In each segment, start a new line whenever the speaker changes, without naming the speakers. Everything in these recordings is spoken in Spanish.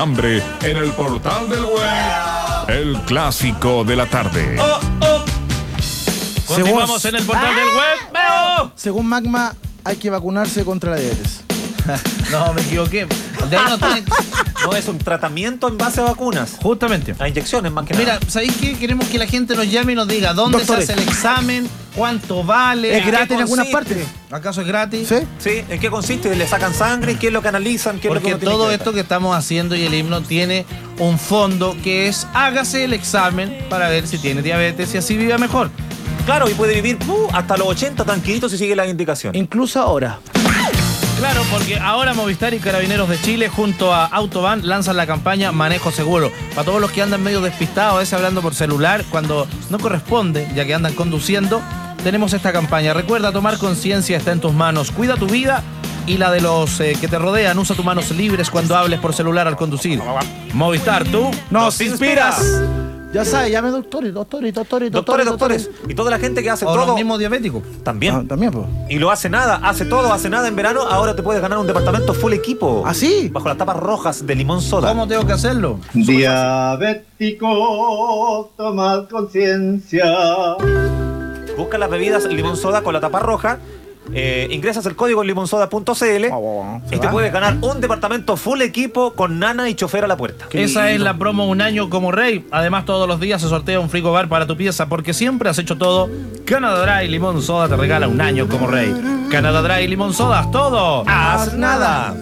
hambre en el portal del web. El clásico de la tarde.
Continuamos en el portal del web. ¡Veo!
Ah, Según Magma, hay que vacunarse contra la diabetes.
No, me equivoqué. De ahí no tiene-
No es un tratamiento en base a vacunas,
Justamente.
a inyecciones más que
Mira,
nada.
¿sabéis qué? Queremos que la gente nos llame y nos diga dónde
Doctores.
se hace el examen, cuánto vale.
Es
qué
gratis en algunas
consiste.
partes.
¿Acaso es gratis?
¿Sí?
Sí, ¿en qué consiste? ¿Le sacan sangre? ¿Qué es lo que analizan? ¿Qué es lo que
Porque
uno tiene
todo
que-
esto que estamos haciendo y el himno tiene un fondo que es hágase el examen para ver si tiene diabetes y así viva mejor.
Claro, y puede vivir uh, hasta los 80 tranquilito si sigue las indicaciones.
Incluso ahora.
Claro, porque ahora Movistar y Carabineros de Chile junto a Autobahn lanzan la campaña Manejo Seguro. Para todos los que andan medio despistados, a veces hablando por celular, cuando no corresponde, ya que andan conduciendo, tenemos esta campaña. Recuerda, tomar conciencia está en tus manos. Cuida tu vida y la de los eh, que te rodean. Usa tus manos libres cuando hables por celular al conducir. Movistar, tú
¡Nos inspiras!
Ya sabes, llame doctores, doctores, doctores,
Doctores, doctores. Y toda la gente que hace
o los
todo.
mismos diabéticos.
Ah,
También.
también, pues.
Y lo hace nada, hace todo, hace nada en verano. Ahora te puedes ganar un departamento full equipo.
¿Ah, sí?
Bajo las tapas rojas de limón soda.
¿Cómo tengo que hacerlo?
Diabético, tomad conciencia.
Busca las bebidas limón soda con la tapa roja. eh, ingresas el código en limonsoda.cl y te puedes ganar un departamento full equipo con nana y chofer a la puerta.
Esa es la promo Un Año como Rey. Además, todos los días se sortea un frigo bar para tu pieza porque siempre has hecho todo. Canada Dry Limón Soda te regala un año como rey. Canada Dry Limón Soda, haz todo.
¡Haz nada!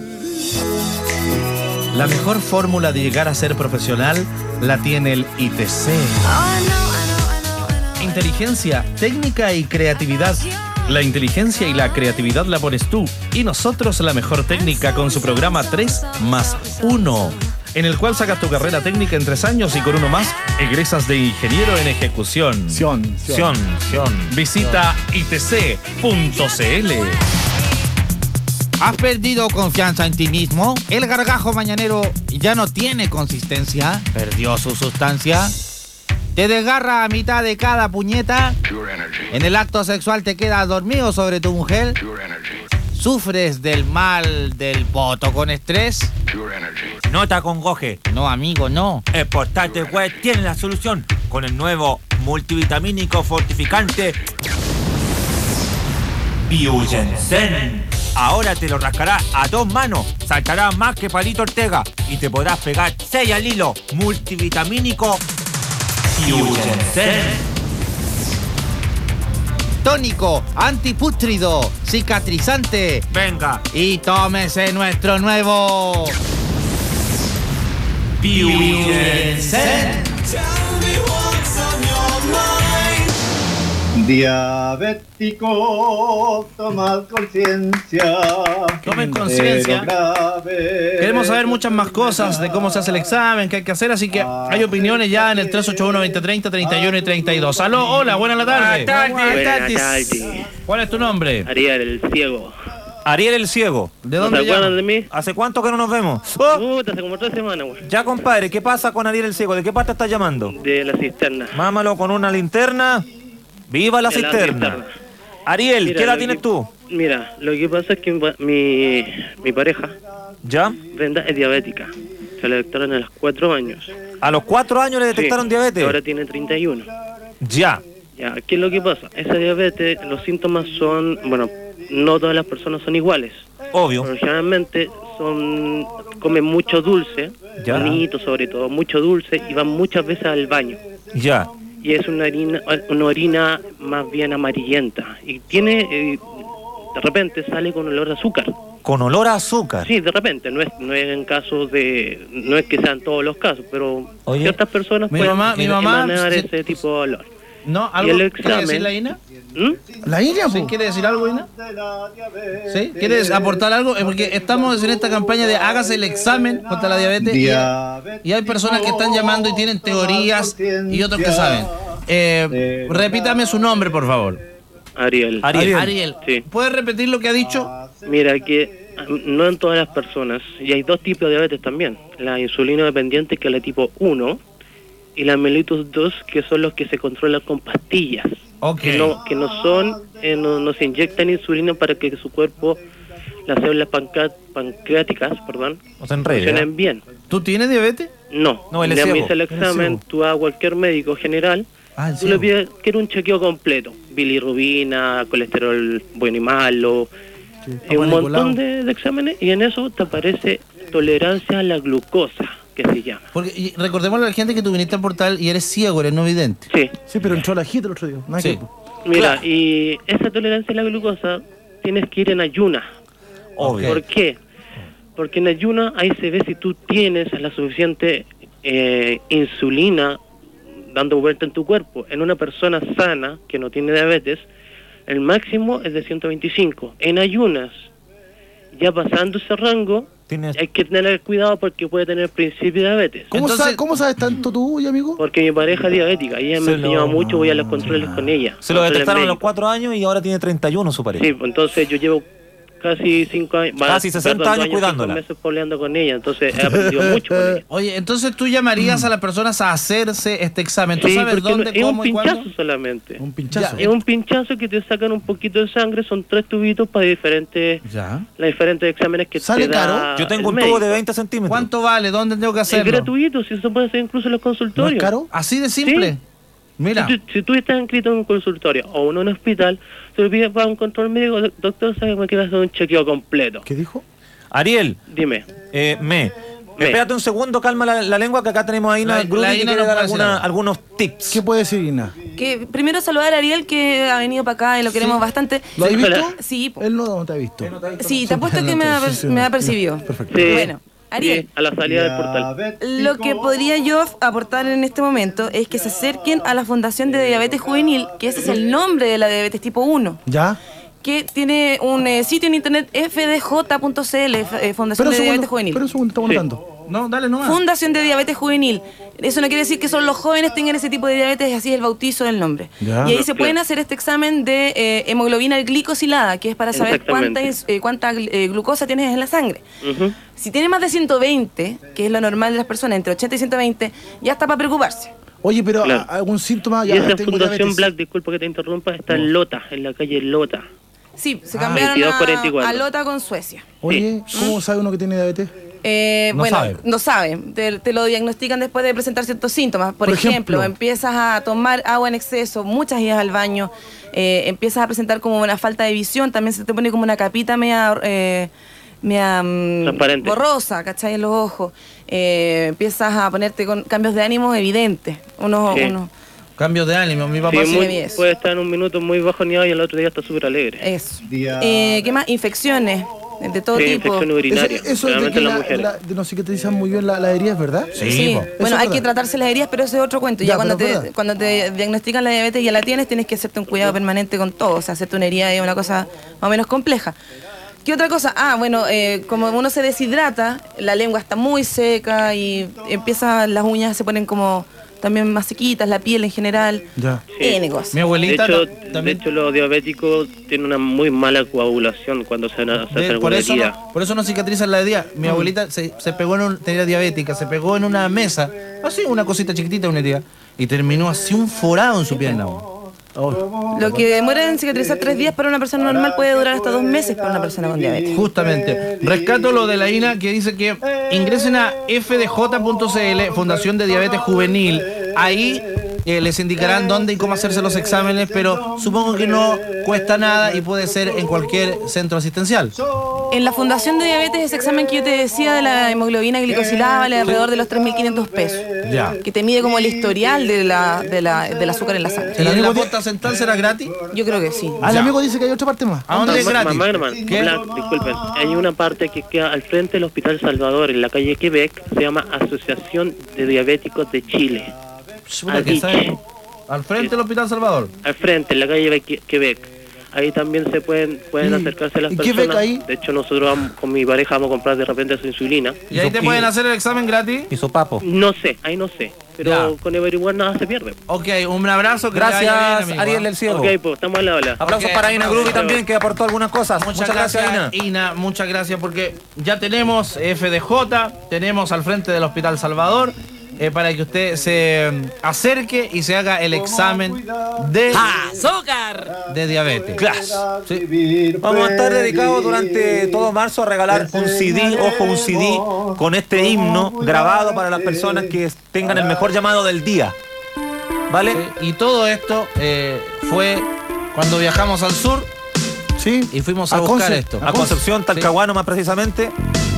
La mejor fórmula de llegar a ser profesional la tiene el ITC. Inteligencia, técnica y creatividad. La inteligencia y la creatividad la pones tú y nosotros la mejor técnica con su programa 3 más 1, en el cual sacas tu carrera técnica en tres años y con uno más egresas de ingeniero en ejecución.
Sion, Sion.
Visita itc.cl.
¿Has perdido confianza en ti mismo? ¿El gargajo mañanero ya no tiene consistencia? ¿Perdió su sustancia? ¿Te desgarra a mitad de cada puñeta? ¿En el acto sexual te quedas dormido sobre tu mujer? ¿Sufres del mal del voto con estrés?
No te acongoje.
No, amigo, no.
El portal del web tiene la solución con el nuevo multivitamínico fortificante Biogensen. Ahora te lo rascarás a dos manos, saltará más que palito Ortega y te podrás pegar 6 al hilo multivitamínico Biogensen.
Tónico, antipútrido, cicatrizante.
Venga,
Y tómese nuestro nuevo...
Biogensen.
Diabético, tomad conciencia.
Tomen
De lo
conciencia.
grave.
Queremos saber muchas más cosas de cómo se hace el examen, qué hay que hacer, así que hay opiniones ya en el 381-2030, 31 y 32. Aló, hola, buena la tarde.
Buenas tardes.
¿Cuál es tu nombre?
Ariel, el ciego.
Ariel el Ciego,
¿De
¿No se
dónde
acuerdan
llamas?
de mí?
¿hace cuánto que no nos vemos? ¡Oh!
Puta, hace como tres semanas, güey.
Ya compadre, ¿qué pasa con Ariel el Ciego? ¿De qué parte estás llamando?
De la cisterna.
Mámalo con una linterna. ¡Viva la
De la
cisterna!
cisterna.
Ariel,
Mira,
¿qué edad
lo
tienes
que-
tú?
Mira, lo que pasa es que mi, mi, mi pareja,
¿Ya?
Brenda, es diabética. Se la detectaron a los cuatro años.
A los cuatro años le detectaron
Sí,
diabetes.
Ahora tiene 31.
Ya.
Ya, ¿qué es lo que pasa? Esa diabetes, los síntomas son, bueno, no todas las personas son iguales.
Obvio.
Pero generalmente son, comen mucho dulce,
Ya.
niñitos sobre todo, mucho dulce y van muchas veces al baño.
Ya.
y es una orina, una orina más bien amarillenta y tiene eh, de repente sale con olor de azúcar.
Con olor a azúcar.
Sí, de repente, no es no es en casos de no es que sean todos los casos, pero
Oye,
ciertas personas
mi
pueden
mamá- mi mamá-
emanar
sí.
ese tipo de olor.
¿No?
¿Y
¿Algo
el
quiere decir
examen?
la Ina?
¿Mm?
La India,
¿Sí?
po.
¿Quiere decir algo, Ina? ¿Sí? ¿Quieres aportar algo? Eh, Porque estamos en esta campaña de hágase el examen contra la diabetes. y-
Diabético,
Y hay personas que están llamando y tienen teorías
tomad
y otros que saben. Eh,
de la-
repítame su nombre, por favor.
Ariel.
Ariel.
Ariel.
Sí.
¿Puedes repetir lo que ha dicho?
Mira que ah, no en todas las personas, y hay dos tipos de diabetes también, la insulina dependiente que es la tipo 1 y la mellitus 2 que son los que se controlan con pastillas.
Ok.
que no, que no son, eh, no, no se inyectan insulina para que su cuerpo las células pancra- pancreáticas, perdón,
No se enrede. ¿eh?
funcionan bien.
¿Tú tienes diabetes?
No,
No, él es
le
ciego,
hice el
él es
examen,
ciego.
tú vas a cualquier médico general,
Ah, el
tú le
ciego.
pides, quiero un chequeo completo, bilirrubina, colesterol bueno y malo, eh, un
manipulado.
montón de, de exámenes y en eso te aparece tolerancia a la glucosa, que se llama.
Porque y recordemos a la gente que tú viniste al portal y eres ciego, eres no vidente.
Sí,
Sí, pero entró la hit el otro día. Nada
Sí.
que-
mira, y esa tolerancia a la glucosa tienes que ir en ayuna,
Obvio.
¿Por qué? Porque en ayuna ahí se ve si tú tienes la suficiente eh, insulina dando vuelta en tu cuerpo. En una persona sana que no tiene diabetes, el máximo es de 125. En ayunas, ya pasando ese rango,
Tienes-
hay que tener cuidado porque puede tener principio de diabetes.
¿Cómo,
Entonces-
sabes, ¿Cómo sabes tanto tú, oye, amigo?
Porque mi pareja es diabética, ella me
Se
enseñaba
lo- Ah,
mucho, voy a los controles con ella.
Se lo
controles
detectaron a los
médicos.
4 años y ahora tiene 31 su pareja.
Sí, pues, entonces yo llevo casi 5 años, va-
Casi 60
perdón, dos
años
cinco
cuidándola.
meses pobleando con ella, entonces he aprendido mucho con ella.
Eh, Oye, entonces tú llamarías
Mm.
a las personas a hacerse este examen. ¿Tú
Sí,
sabes
porque no-
dónde,
es un
cómo y
pinchazo
cuándo?
solamente.
Un pinchazo.
Es un pinchazo que te sacan un poquito de sangre, son tres tubitos para diferentes,
Ya.
los diferentes exámenes que
¿Sale
te da
caro?
Yo tengo
el
un tubo de
médico.
20 centímetros.
¿Cuánto vale? ¿Dónde tengo que
Es
hacerlo?
gratuito, si eso puede hacer incluso en los
¿No
consultorios.
es caro?
Así de simple.
Sí.
Mira.
Si, tú- si tú estás inscrito en un consultorio o en un hospital, tú le pides para un control médico, "Doc- doctor, ¿sabes que me quiero hacer un chequeo completo?
¿Qué dijo?
Ariel,
Dime.
eh, me.
Me.
Espérate un segundo, calma la, la lengua, que acá tenemos a Ina
La-
Grudi
la
que
Ina
quiere
nos
dar
puede decir
alguna-
algo.
algunos tips.
¿Qué puede decir Ina?
Que primero saludar a Ariel que ha venido para acá y lo queremos bastante.
¿Lo has
Sí,
visto?
hola.
Sí, po.
Él no te ha visto.
sí, te apuesto que me ha,
Sí,
per-
sí,
me ha
sí.
percibido.
Perfecto.
Sí.
Bueno, Ariel.
Sí, a la salida del portal.
Lo que podría yo af- aportar en este momento es que se acerquen a la Fundación de Diabetes Juvenil, que ese es el nombre de la diabetes tipo 1,
¿Ya?
que tiene un eh, sitio en internet fdj.cl, eh, Fundación
Pero un
de Diabetes
segundo,
Juvenil.
pero un segundo, estamos
Sí.
notando.
No, dale nomás.
Fundación de Diabetes Juvenil. Eso no quiere decir que solo los jóvenes tengan ese tipo de diabetes, así es el bautizo del nombre.
Ya.
Y ahí se
Claro.
pueden hacer este examen de eh, hemoglobina glicosilada, que es para saber cuánta,
Exactamente.
es- eh, cuánta gl- eh, glucosa tienes en la sangre.
Ujú.
Si tienes más de 120, que es lo normal de las personas, entre 80 y 120, ya está para preocuparse.
Oye, pero
Claro.
¿a- algún síntoma
Y
Ah, ya
esa
tengo
Fundación
diabetes.
Black, disculpa que te interrumpa, está en Lota, en la calle Lota.
Sí,
Ah,
se cambiaron a-
22.44.
a, Lota con Suecia.
Oye, ¿cómo sabe uno que tiene diabetes?
Eh,
No
bueno,
sabe.
no sabe. Te, te lo diagnostican después de presentar ciertos síntomas. Por,
Por
ejemplo,
ejemplo.
empiezas a tomar agua en exceso, muchas idas al baño, eh, empiezas a presentar como una falta de visión, también se te pone como una capita media, eh, media, mm,
Transparente.
borrosa, ¿cachai? En los ojos. Eh, empiezas a ponerte con cambios de ánimo evidentes. Unos,
Sí.
unos-
Cambio de ánimo. Mi papá
Sí,
sí
muy-
me vi eso.
puede estar en un minuto muy bajoneado y al otro día está súper alegre.
eso.
Día-
Eh, ¿Qué más? Infecciones de todo
Sí,
tipo.
infección urinaria,
Eso, eso de
generalmente
que
las
la-
mujeres.
la- de no sé qué te dicen muy bien la, la herida, ¿verdad?
Sí,
po.
Eso
bueno,
es
hay que
verdad.
tratarse las heridas, pero ese es otro cuento. Ya,
Ya,
cuando
pero es
te,
verdad.
cuando te diagnostican la diabetes y ya la tienes, tienes que hacerte un cuidado permanente con todo. O sea, hacerte una herida es una cosa más o menos compleja. ¿Qué otra cosa? Ah, bueno, eh, como uno se deshidrata, la lengua está muy seca y empiezan las uñas se ponen como también más sequitas, la piel en general.
Ya.
N cosas.
Mi
De
abuelita
hecho,
ta-
de
también.
hecho, los diabéticos tienen una muy mala coagulación cuando se, na- se
de-
hace
por,
alguna
eso
herida.
no, por eso no cicatrizan la herida.
Mm.
Mi abuelita se, se pegó en un, tenía diabética, se pegó en una mesa, así una cosita chiquitita, una herida, y terminó así un forado en su pierna. weón.
Lo que demora en cicatrizar tres días para una persona normal puede durar hasta dos meses para una persona con diabetes.
Justamente. Rescato lo de la INA que dice que ingresen a fdj.cl, Fundación de Diabetes Juvenil. Ahí eh, les indicarán dónde y cómo hacerse los exámenes, pero supongo que no cuesta nada y puede ser en cualquier centro asistencial.
En la Fundación de Diabetes, ese examen que yo te decía de la hemoglobina glicosilada vale alrededor de los 3.500 pesos.
Ya.
Que te mide como el historial de la, de la- del azúcar en la sangre.
¿El amigo Costa Central será gratis?
Yo creo que sí.
Ah, el amigo dice que hay otra parte más.
¿A dónde es
Ma- ma-
gratis?
Magnaman,
¿Qué?
Black, disculpen. Hay una parte que queda al frente del Hospital Salvador, en la calle Quebec, se llama Asociación de Diabéticos de Chile.
Pues, Puta, que sabe, Al frente del Hospital Salvador.
Al frente, en la calle Beque- Quebec. Ahí también se pueden pueden
¿Y
acercarse las
en Quebec
personas.
ahí?
De hecho, nosotros vamos- con mi pareja vamos a comprar de repente su insulina.
¿Y ahí te pueden hacer el examen gratis?
Piso papo.
No sé, ahí no sé. Pero
Ya.
con averiguar nada se pierde.
Ok, un abrazo. que te vaya
Gracias,
bien, amigo. ¿eh?
Ariel el Ciego.
Ok, pues estamos al habla.
Aplausos
Ok,
para Ina
aplausos.
Grudi también, que aportó algunas cosas. Muchas, gracias, Ina.
Ina. Muchas gracias porque ya tenemos FDJ, tenemos al frente del Hospital Salvador, eh, para que usted se mm, acerque y se haga el examen de,
¡Azúcar!
de diabetes.
Claro.
Sí.
Vamos a estar dedicados durante todo marzo a regalar un CD, ojo, un CD con este himno grabado para las personas que tengan el mejor llamado del día. ¿Vale?
Y todo esto eh, fue cuando viajamos al sur
Sí.
y fuimos a,
A
buscar
Conce-
esto.
A Concepción, Talcahuano más precisamente,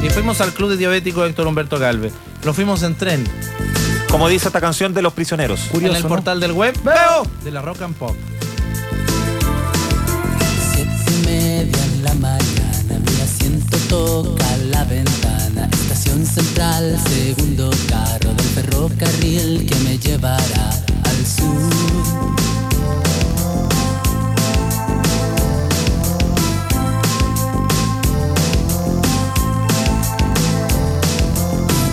Y fuimos al club de diabético Héctor Humberto Galvez. Lo fuimos en tren,
como dice esta canción de los prisioneros.
Curioso,
en el
¿no?
portal del web
¡Veo!
de la Rock and Pop.
Siete y media en la mañana, mi asiento toca la ventana. Estación central, segundo carro del ferrocarril que me llevará al sur.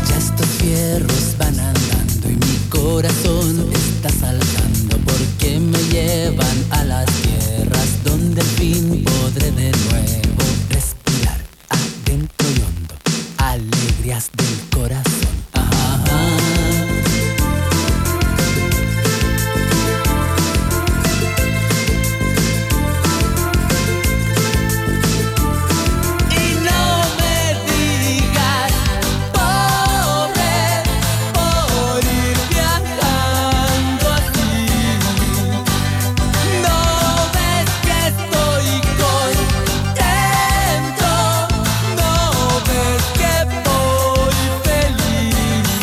Ya estos fierros van andando y mi corazón está saltando porque me llevan a las tierras donde al fin podré de nuevo respirar adentro y hondo alegrías del corazón. Ajá. Y no me digas, pobre, por ir viajando así. No ves que estoy contento, no ves que voy feliz.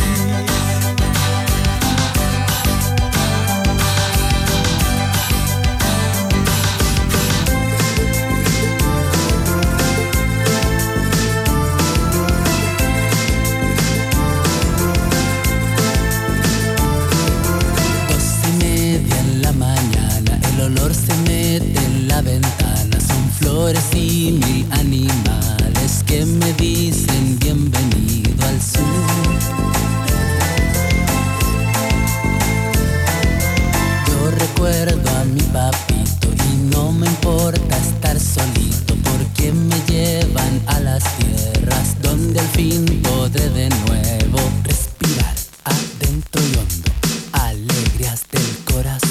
Dos y media en la mañana, el olor se mete en la ventana, son flores y mil animales que me dicen bienvenido al sur. Yo recuerdo a mi papito y no me importa estar solito porque me llevan a las tierras donde al fin podré de nuevo respirar adentro y hondo alegrías del corazón.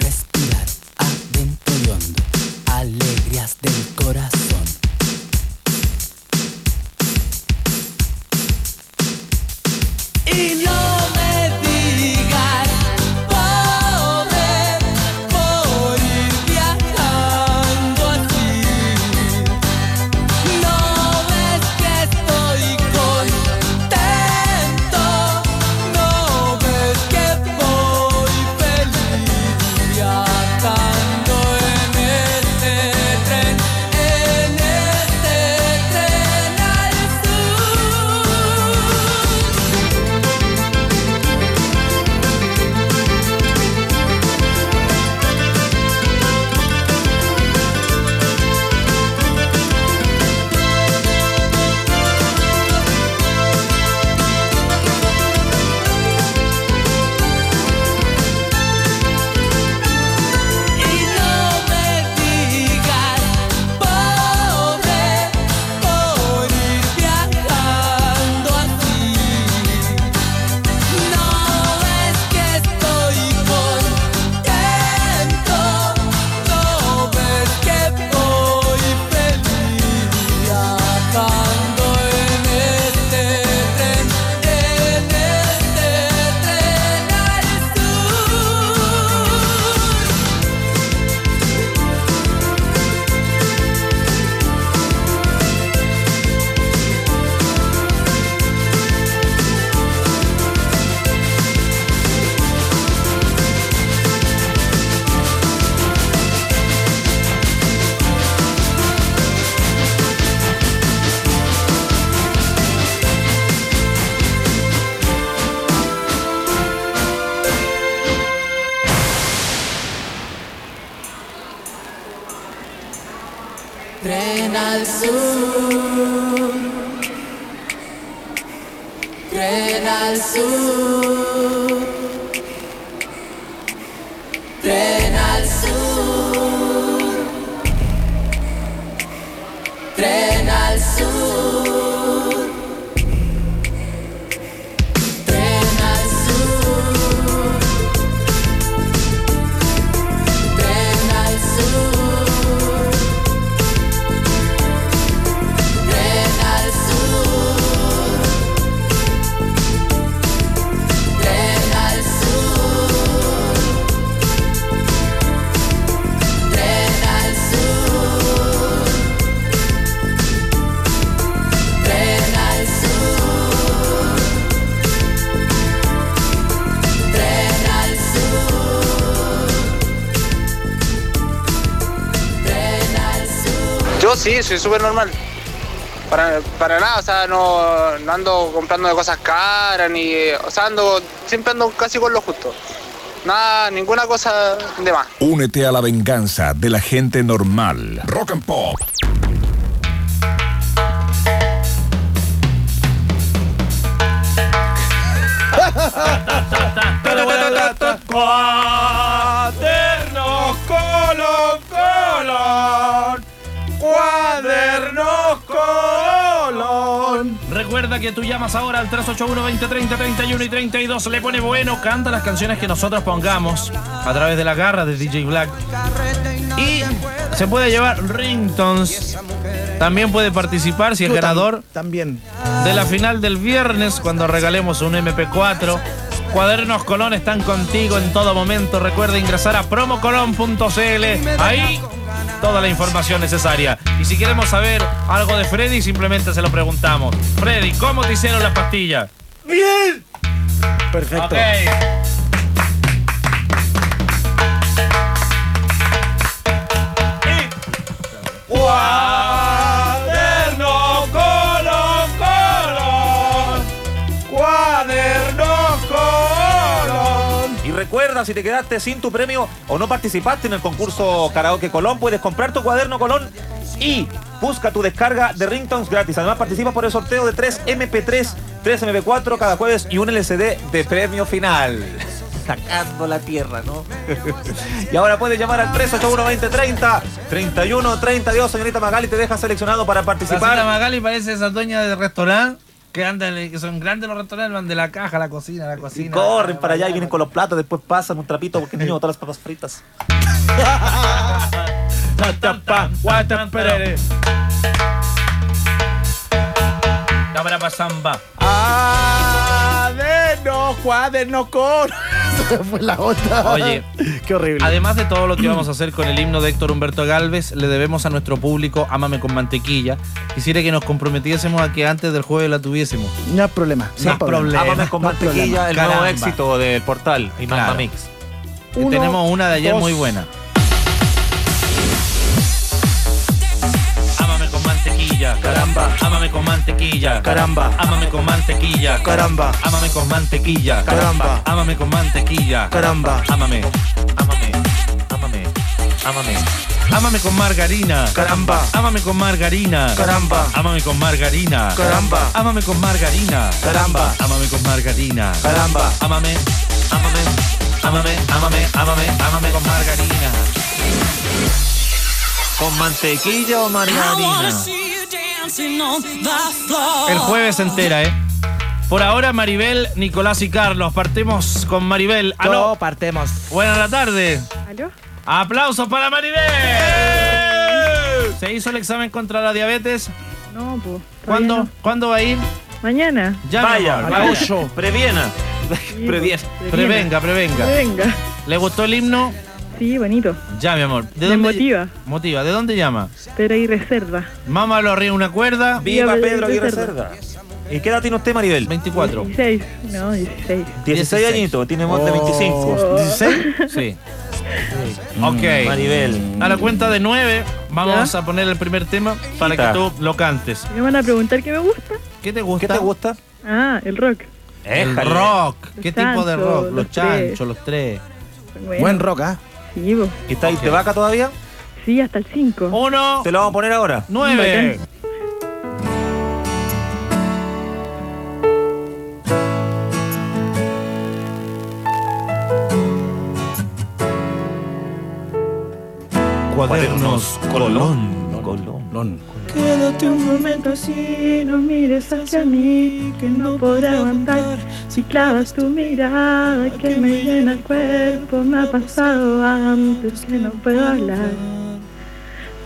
Respirar adentro y hondo alegrías del corazón. Y no me digas, pobre, por ir viajando así. No ves que estoy contento, no ves que voy feliz viajando en este tren, en este tren al sur. Y no me digas, pobre, por ir viajando así. No ves que estoy contento, no ves que voy feliz viajando en este tren, en este tren al sur. Tren al sur. Tren al sur. Tren al sur. Tren al sur. Tren al
sí, soy súper normal. Para, para nada, o sea, no, no ando comprando de cosas caras, ni. O sea, ando. Siempre ando casi con lo justo. Nada, ninguna cosa de más.
Únete a la venganza de la gente normal. Rock and Pop.
Cuadernos color, color. Cuadernos color.
Recuerda que tú llamas ahora al 381-2030-31 y 32. Le pone bueno, canta las canciones que nosotros pongamos a través de la garra de DJ Black. Y se puede llevar ringtones. También puede participar si es
Tú tam-
ganador
También.
de la final del viernes cuando regalemos un MP4. Cuadernos Colón están contigo en todo momento. Recuerda ingresar a promocolón.cl. Ahí toda la información necesaria. Y si queremos saber algo de Freddy, simplemente se lo preguntamos. Freddy, ¿cómo te hicieron las pastillas?
Perfecto.
Ok. Cuaderno color, color. Cuaderno color.
Y recuerda, si te quedaste sin tu premio o no participaste en el concurso Karaoke Colón, puedes comprar tu cuaderno Colón y busca tu descarga de ringtones gratis. Además, participas por el sorteo de 3 MP3, 3 MP4 cada jueves y un LCD de premio final. Sacando la tierra, ¿no? y ahora puedes llamar al 381-2030, 31-32. Señorita Magali, te deja seleccionado para
La señora
participar.
Magali parece esa dueña de restaurante. Que, anda en el- que son grandes los restaurantes, van de la caja a la cocina, a la
Y
cocina.
corren para allá y vienen con los platos, después pasan un trapito porque el niño botó las papas fritas.
Guatapá, guatapérere. Cabra pa' samba.
Adeno, cuaderno, coro.
Esa fue la otra.
Oye.
Qué horrible.
Además de todo lo que vamos a hacer con el himno de Héctor Humberto Galvez, le debemos a nuestro público Ámame con mantequilla. Quisiera que nos comprometiésemos a que antes del jueves la tuviésemos.
No hay problema.
No hay problema.
Ámame con
No hay
mantequilla, el nuevo
Caramba.
éxito del portal y Mamma
Claro.
Mix.
Que
Uno,
tenemos una de ayer
dos.
muy buena. Ámame con mantequilla, caramba. Ámame con mantequilla,
Caramba.
Ámame con mantequilla,
Caramba.
Ámame con mantequilla,
Caramba.
Ámame con mantequilla,
Caramba.
Ámame, ámame, ámame, ámame. Ámame con margarina.
Caramba.
Ámame con margarina.
Caramba.
Ámame con margarina.
Caramba.
Ámame con margarina.
Caramba.
Ámame con margarina.
Caramba.
Ámame, ámame, ámame, ámame, ámame, ámame con margarina.
Con mantequilla o margarina.
El jueves se entera, ¿eh? Por ahora, Maribel, Nicolás y Carlos. Partimos con Maribel.
No,
¡Aló!
partemos.
Buenas la tarde.
¿Aló?
¡Aplausos para Maribel! ¿Se hizo el examen contra la diabetes?
No, pues.
¿Cuándo, ¿cuándo va a ir?
Mañana.
Ya, mi
Vaya,
amor,
vaya. Previena.
Sí,
Previena.
pues,
Prevenga,
previene.
prevenga.
Prevenga.
¿Le gustó el himno?
Sí, bonito.
Ya, mi amor.
Me motiva.
Motiva. ¿De dónde llama?
Pero hay reserva.
Mamá lo arriba una cuerda.
Viva
Pedro
Pedro Aguirre
Cerda.
Cerda. ¿Y qué edad tiene usted, Maribel?
24.
16. No, 16.
16 añitos, tiene más
Oh.
de 25.
Sí. Ok.
Maribel.
Mm, A la cuenta de 9 vamos a poner el primer tema para
Quita.
que tú lo cantes.
¿Me van a preguntar qué me gusta?
¿Qué te gusta?
¿Qué te gusta?
Ah, el rock.
El
Éjale.
rock.
Los
¿Qué tipo de
chanchos,
rock?
los
Los
tres.
chanchos, los tres.
Bueno,
Buen rock, ¿ah?
Sí, po.
¿Y está ahí de vaca todavía?
sí, hasta el 5.
Uno,
Te lo vamos a poner ahora.
nueve. Cuadernos Colón. Colón.
Quédate un momento así, no mires hacia mí, que no podré aguantar. Si clavas tu mirada que me llena el cuerpo, me ha pasado antes que no puedo hablar.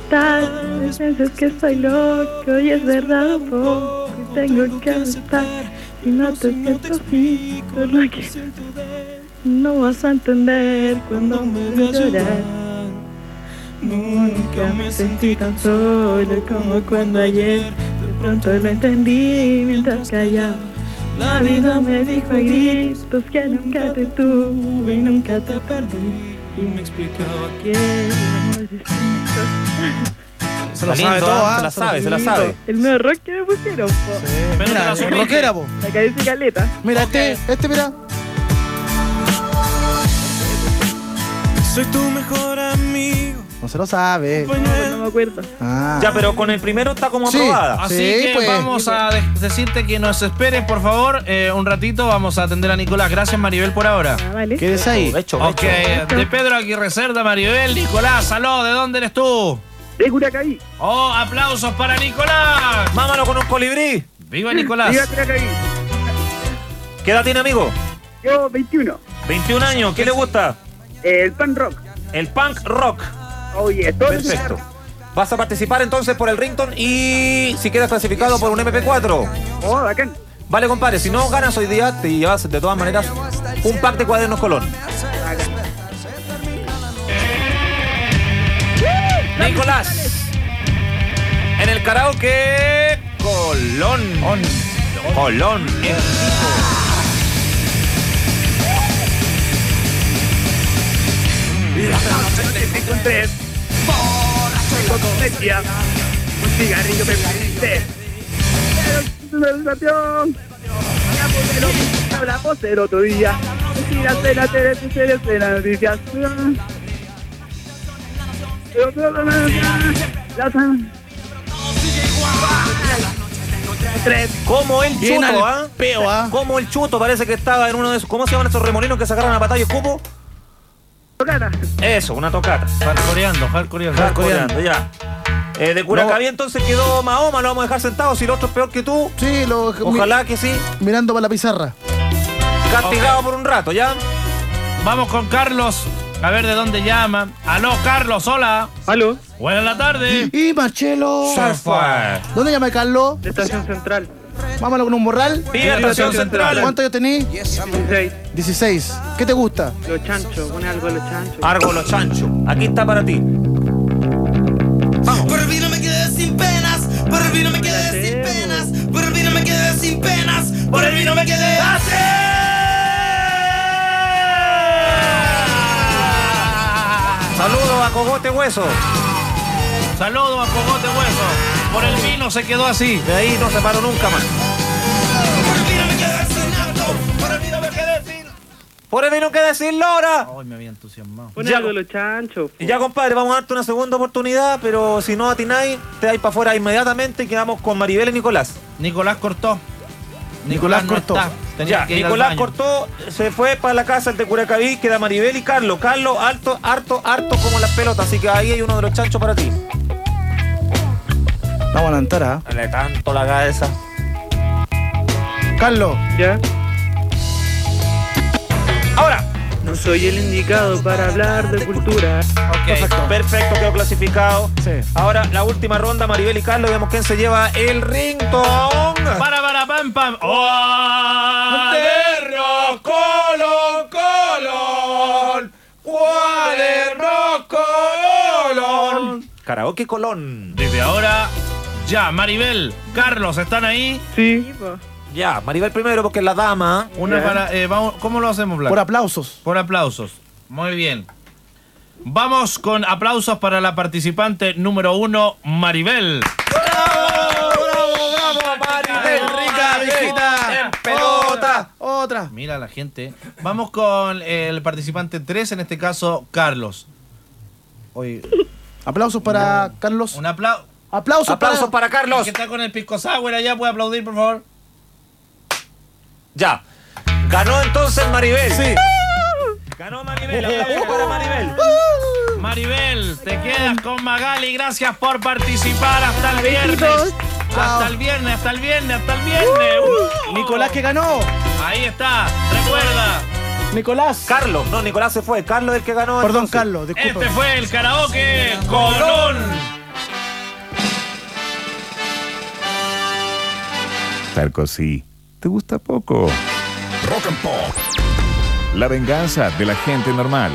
Tal vez pienses que estoy loco y es verdad un poco, y tengo que aceptar. Si no te siento así, por lo que no vas a entender cuando me veas llorar. Nunca me sentí tan solo como cuando ayer De pronto lo entendí mientras callaba La vida me dijo a gritos que nunca te tuve y nunca te perdí Y me explicaba que el amor es
Se lo sabe todo, ¿ah? Se la sabe, se la sabe.
El nuevo rock que me pusieron, po.
Mira,
Mira,
la supiste.
rockera, po. La cabeza caleta.
Mira, este, este, mira.
Soy tu mejor amigo. Pues
No se lo sabe.
No me acuerdo.
Ah.
Ya, pero con el primero está como
Sí.
aprobada.
Así
Sí,
que
pues.
vamos a de- decirte que nos esperes, por favor, eh, un ratito. Vamos a atender a Nicolás. Gracias, Maribel, por ahora.
Ah, vale.
¿Quieres ahí?
Hecho,
Ok, de Pedro Aguirre Cerda, Maribel, Nicolás, aló, ¿de dónde eres tú?
De Curacaí.
Oh, aplausos para Nicolás.
Mámalo con un colibrí.
Viva Nicolás.
Viva Curacaí.
¿Qué edad tiene, amigo?
Yo, 21.
21 años. ¿Qué le gusta?
El pan rock.
El punk rock.
Oye, todo lo que sea
Perfecto.
rock.
Vas a participar entonces por el rington y si quedas clasificado por un MP4.
Oh, bacán.
Vale, compadre, si no ganas hoy día, te llevas de todas maneras un pack de cuadernos Colón. Nicolás. En el karaoke Colón. Colón.
Te encontré con cosmetia, un cigarrillo me pusiste.
Sensación. Ya hablamos el otro día. Mira, cena, tele, tu tele, cena, noticias. Pero todo me- La san-
Como el
Bien al
chuto, ¿ah?
peo, ¿ah?
Como el chuto, parece que estaba en uno de esos. ¿Cómo se llaman esos remolinos que sacaron a batalla y escupo?
Tocata.
Eso, una tocata.
Hardcoreando, hardcoreando.
Coreando, ya. Eh, de Curacaví entonces quedó Mahoma, lo vamos a dejar sentado. Si el otro es peor que tú,
Sí, lo,
ojalá que sí.
mi- mirando para la pizarra.
Castigado por un rato, ¿ya?
Vamos con Carlos, a ver de dónde llama. Aló, Carlos, hola.
Aló,
Buenas la tarde.
Y Marcelo. ¿Dónde llama Carlos?
de Estación Central.
Vámonos con un morral.
Vía Estación Central.
¿Cuánto yo tenés?
16,
16. ¿Qué te gusta?
los chanchos, pon algo de los chanchos.
Argo los chanchos. Aquí está para ti.
Por mí no me quedé sin penas. Por mí no me quedé sin penas. Por mí no me quedé sin penas. Por mí no me quedé.
Saludos a Cogote Hueso.
Saludos a Cogote Hueso. Por el vino se quedó así.
De ahí no se paró nunca más.
Por mí no me quedé sin auto. Por mí no me quedé sin.
Por eso no que decirlo ahora.
Ay, me había entusiasmado.
Pon
Ya,
algo de los chanchos. po.
Y Ya, compadre, vamos a darte una segunda oportunidad, pero si no atináis, te dais para afuera inmediatamente y quedamos con Maribel y Nicolás.
Nicolás cortó. Nicolás,
Nicolás
no
cortó.
está. Tenía
ya,
que ir al
Nicolás
baño.
cortó, se fue para la casa el de Curacaví, queda Maribel y Carlos. Carlos, alto, harto, harto como las pelotas, así que ahí hay uno de los chanchos para ti.
Vamos a ¿ah? la antara.
Dale tanto la cabeza.
Carlos.
Ya.
Ahora,
No soy el indicado para hablar de cultura.
Ok.
perfecto, quedó clasificado.
Sí.
Ahora, la última ronda, Maribel y Carlos, vemos quién se lleva el ringtone.
Para, para, pam, pam. Oh. ¡Cuaderno, colón, colón! ¡Cuaderno, colón!
Karaoke Colón.
Desde ahora, ya, Maribel, Carlos, ¿están ahí?
Sí.
Ya, Maribel primero porque es la dama.
Una para, eh, vamos- ¿Cómo lo hacemos, Blanco?
Por aplausos.
Por aplausos. Muy bien. Vamos con aplausos para la participante número uno, Maribel.
¡Bravo, bravo, Maribel!
Rica, visita.
¡En pelota!
Otra.
Mira la gente. Vamos con el participante 3, en este caso, Carlos.
Oye. Aplausos para Carlos.
Un aplauso.
Aplausos,
Aplausos
para...
para Carlos.
que está con el pisco sour allá? ¿Puede aplaudir, por favor?
Ya. Ganó entonces Maribel.
Sí.
Ganó Maribel. Aplausos para Maribel.
Uh-huh.
Maribel, te quedas con Magali. Gracias por participar. Hasta el viernes.
Besitos.
Hasta el viernes, hasta el viernes, hasta el viernes. Uh.
Uh-huh. Nicolás que ganó.
Ahí está. Recuerda.
Nicolás.
Carlos. No, Nicolás se fue. Carlos es el que ganó.
Perdón,
entonces.
Carlos.
Este
Disculpa.
fue el karaoke Colón.
Sarkozy, ¿te gusta poco? Rock and Pop. La venganza de la gente normal.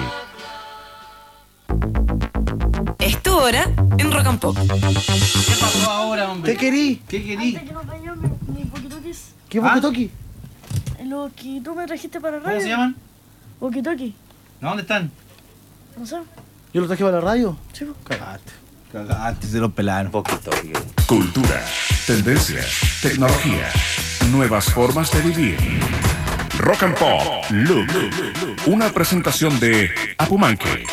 Es tu hora en Rock and Pop.
¿Qué pasó ahora, hombre?
Te querí.
¿Qué querí?
mi walkie-talkies,
¿Qué
Ah.
walkie-talkie?
lo que tú Ah. me trajiste para radio.
¿Cómo se llaman?
Walkie-talkie,
¿No, ¿Dónde están?
no sé.
Yo lo traje para la radio.
Sí, po.
Cagaste. Antes de los pelar. Un
poquito,
Cultura, tendencias, tecnología, nuevas formas de vivir. Rock and Pop, Look. Una presentación de Apumanque.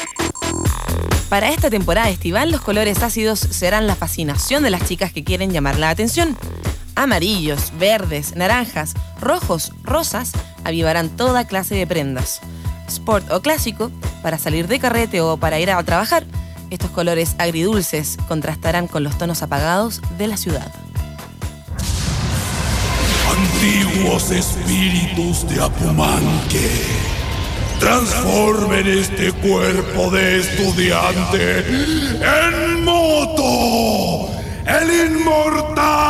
Para esta temporada estival, los colores ácidos serán la fascinación de las chicas que quieren llamar la atención. Amarillos, verdes, naranjas, rojos, rosas avivarán toda clase de prendas. Sport o clásico, para salir de carrete o para ir a trabajar, estos colores agridulces contrastarán con los tonos apagados de la ciudad.
Antiguos espíritus de Apumanque, transformen este cuerpo de estudiante en moto, el inmortal.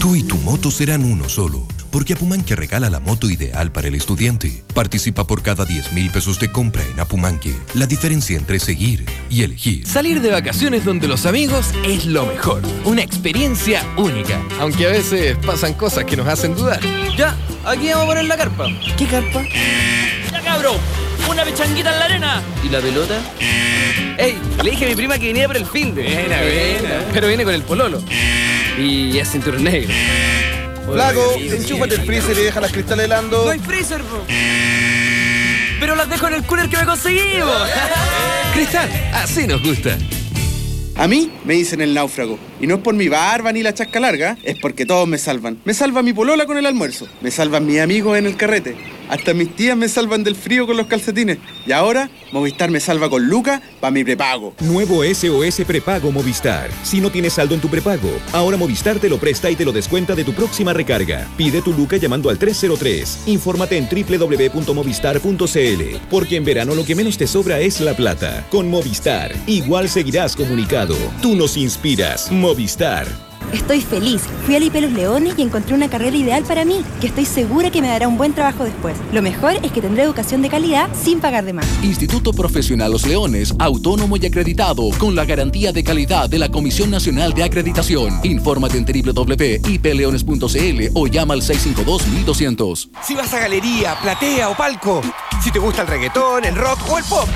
Tú y tu moto serán uno solo, porque Apumanque regala la moto ideal para el estudiante. Participa por cada 10 mil pesos de compra en Apumanque. La diferencia entre seguir y elegir.
Salir de vacaciones donde los amigos es lo mejor. Una experiencia única. Aunque a veces pasan cosas que nos hacen dudar. Ya, aquí vamos a poner la carpa.
¿Qué carpa?
¡Ya cabro! ¡Una pechanguita en la arena! ¿Y la pelota? ¡Ey! Le dije a mi prima que venía por el fin de. Eh,
Buena, buena.
Pero viene con el pololo. Y es cinturón negro.
Flaco, enchúpate el freezer y deja las cristales helando.
No hay freezer, po. Pero las dejo en el cooler que me conseguimos.
Cristal, así nos gusta.
A mí me dicen el náufrago. Y no es por mi barba ni la chasca larga, es porque todos me salvan. Me salva mi polola con el almuerzo. Me salvan mis amigos en el carrete. Hasta mis tías me salvan del frío con los calcetines. Este Y ahora, Movistar me salva con Lucas para mi prepago.
Nuevo SOS Prepago Movistar. Si no tienes saldo en tu prepago, ahora Movistar te lo presta y te lo descuenta de tu próxima recarga. Pide tu Luca llamando al 303. Infórmate en www.movistar.cl. Porque en verano lo que menos te sobra es la plata. Con Movistar, igual seguirás comunicado. Tú nos inspiras. Movistar.
Estoy feliz. Fui a Lipe Los Leones y encontré una carrera ideal para mí, que estoy segura que me dará un buen trabajo después. Lo mejor es que tendré educación de calidad sin pagar de más.
Instituto Profesional Los Leones, autónomo y acreditado, con la garantía de calidad de la Comisión Nacional de Acreditación. Infórmate en www.ipleones.cl o llama al 652-1200.
Si vas a galería, platea o palco, si te gusta el reggaetón, el rock o el pop,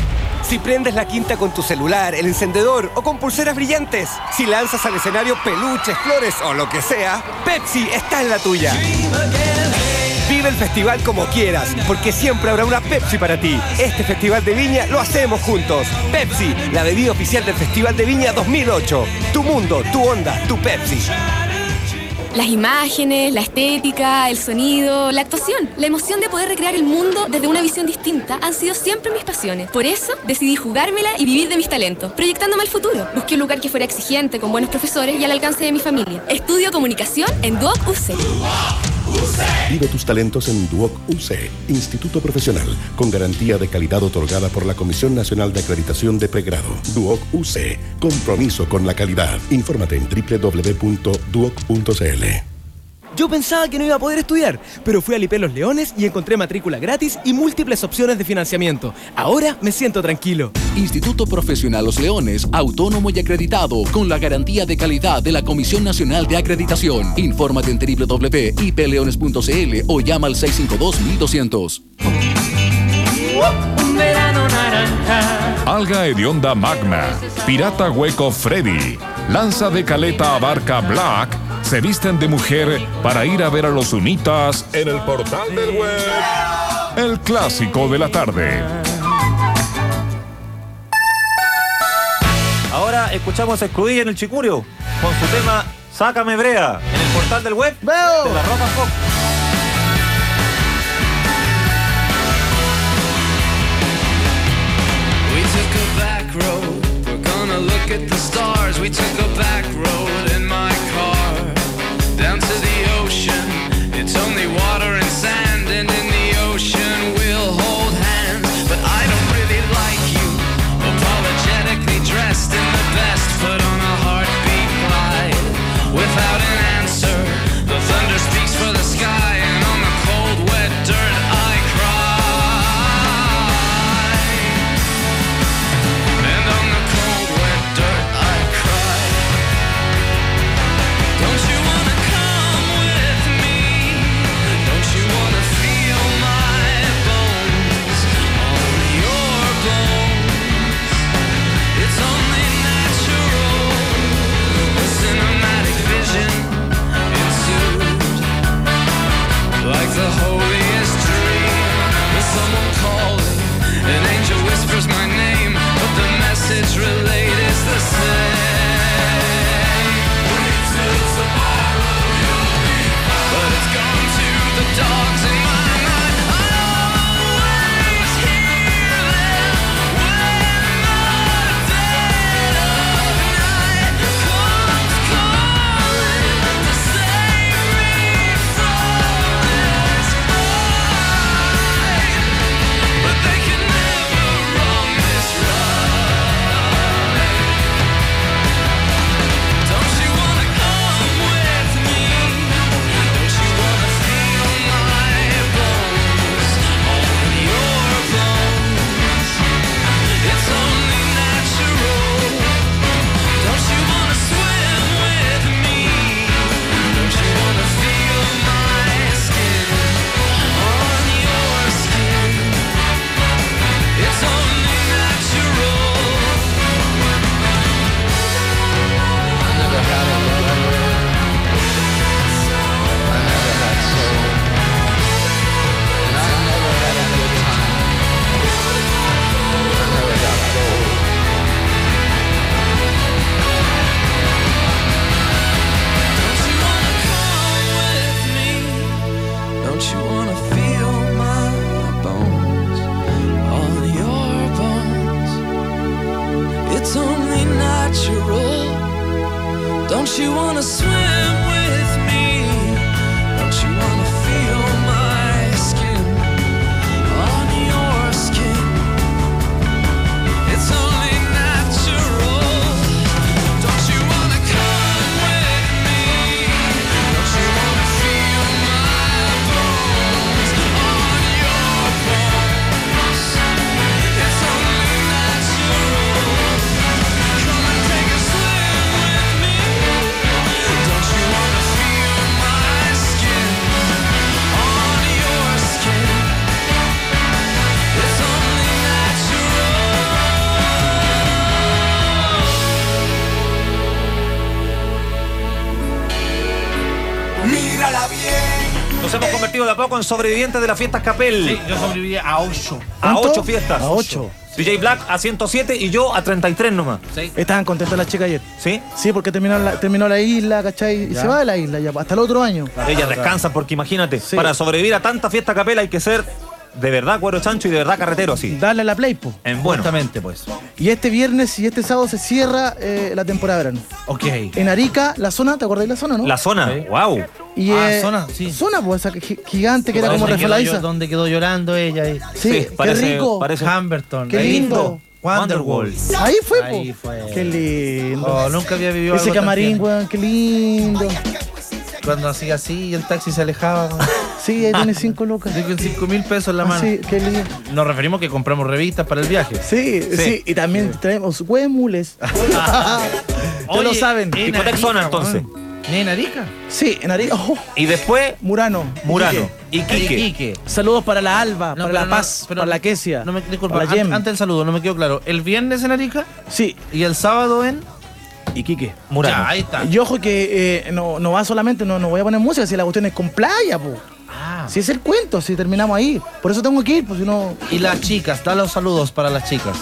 si prendes la quinta con tu celular, el encendedor o con pulseras brillantes, si lanzas al escenario peluches, flores o lo que sea, Pepsi está en la tuya. Vive el festival como quieras, porque siempre habrá una Pepsi para ti. Este festival de Viña lo hacemos juntos. Pepsi, la bebida oficial del Festival de Viña 2008. Tu mundo, tu onda, tu Pepsi.
Las imágenes, la estética, el sonido, la actuación, la emoción de poder recrear el mundo desde una visión distinta han sido siempre mis pasiones. Por eso decidí jugármela y vivir de mis talentos, proyectándome al futuro. Busqué un lugar que fuera exigente, con buenos profesores y al alcance de mi familia. Estudio comunicación en Duoc UC.
Vive tus talentos en Duoc UC, Instituto Profesional, con garantía de calidad otorgada por la Comisión Nacional de Acreditación de Pregrado. Duoc UC, compromiso con la calidad. Infórmate en www.duoc.cl.
Yo pensaba que no iba a poder estudiar, pero fui a Lipe Los Leones y encontré matrícula gratis y múltiples opciones de financiamiento. Ahora me siento tranquilo.
Instituto Profesional Los Leones, autónomo y acreditado, con la garantía de calidad de la Comisión Nacional de Acreditación. Infórmate en www.ipleones.cl o llama al 652-1200.
Un verano naranja.
Alga hedionda magna, pirata hueco Freddy, lanza de caleta abarca Black, se visten de mujer para ir a ver a los unitas en el portal del web. El clásico de la tarde.
Ahora escuchamos a Excluir en el Chicurio con su tema Sácame Brea en el portal del web de la Roca Pop.
We took a back road. We're gonna look at the stars. We took a back road in my car down to the ocean. It's only water and sand, and in the ocean we'll hold hands. But I don't really like you. Apologetically dressed in the best, foot on a heartbeat glide. Without an answer, the thunder speaks for the sky, and on the cold, wet dirt I cry. And on the cold, wet dirt, I cry.
Mírala bien. Nos hemos convertido de a poco en sobrevivientes de las fiestas Capel.
Sí, yo sobreviví a 8.
A
¿Cuánto?
8 fiestas.
A ocho.
DJ Black a 107 y yo a 33 nomás.
Estaban contentas las chicas ayer.
¿Sí?
Sí, porque terminaron la, terminó la isla, ¿cachai? Y
Ya.
se va de la isla ya, hasta el otro año.
Ellas descansan porque imagínate, para sobrevivir a tanta fiesta Capel hay que ser de verdad cuero chancho y de verdad carretero así.
Darle la play, po.
En bueno.
Exactamente, pues.
Y este viernes y este sábado se cierra eh, la temporada de verano.
Ok.
En Arica, la zona, ¿te acordáis la zona, no?
La zona, wow.
Y,
Ah,
eh,
zona, sí.
Zona, pues, esa gi- gigante que era como
¿Dónde quedó
refalaiza.
llor- ¿Dónde quedó llorando ella? ahí?
Sí, Sí, qué parece- rico. parece-
Humberton.
Qué
ahí.
lindo.
Wonderwall.
Ahí fue, po.
Ahí fue.
Qué lindo.
Oh, nunca había vivido
Ese
algo tan
camarín,
tierno.
weón, qué lindo.
Cuando hacía así y el taxi se alejaba.
Sí, ahí tiene cinco lucas.
Con 5 mil pesos en la
Ah,
mano.
sí, qué lindo.
Nos referimos que compramos revistas para el viaje.
Sí, sí, y también traemos huemules.
Ah. Oye,
lo saben.
en
Discoteca
Arica,
Zona, entonces.
weón. ¿En Arica?
Sí, en Arica. Oh,
Y después,
Murano.
Murano. Iquique.
Saludos para la Alba, para
No, pero
la
no,
Paz,
pero
para la Quesia.
No me, disculpa,
para la
an-
Yem.
antes del saludo, no me quedó claro. ¿El viernes en Arica?
Sí.
¿Y el sábado en?
Iquique.
Murano.
Ya, ahí está.
Y ojo que eh, no, no va solamente, no, no voy a poner música, si la cuestión es con playa, po.
Ah.
Si es el cuento, si terminamos ahí. Por eso tengo que ir, pues si no.
Y las chicas, da los saludos para las chicas.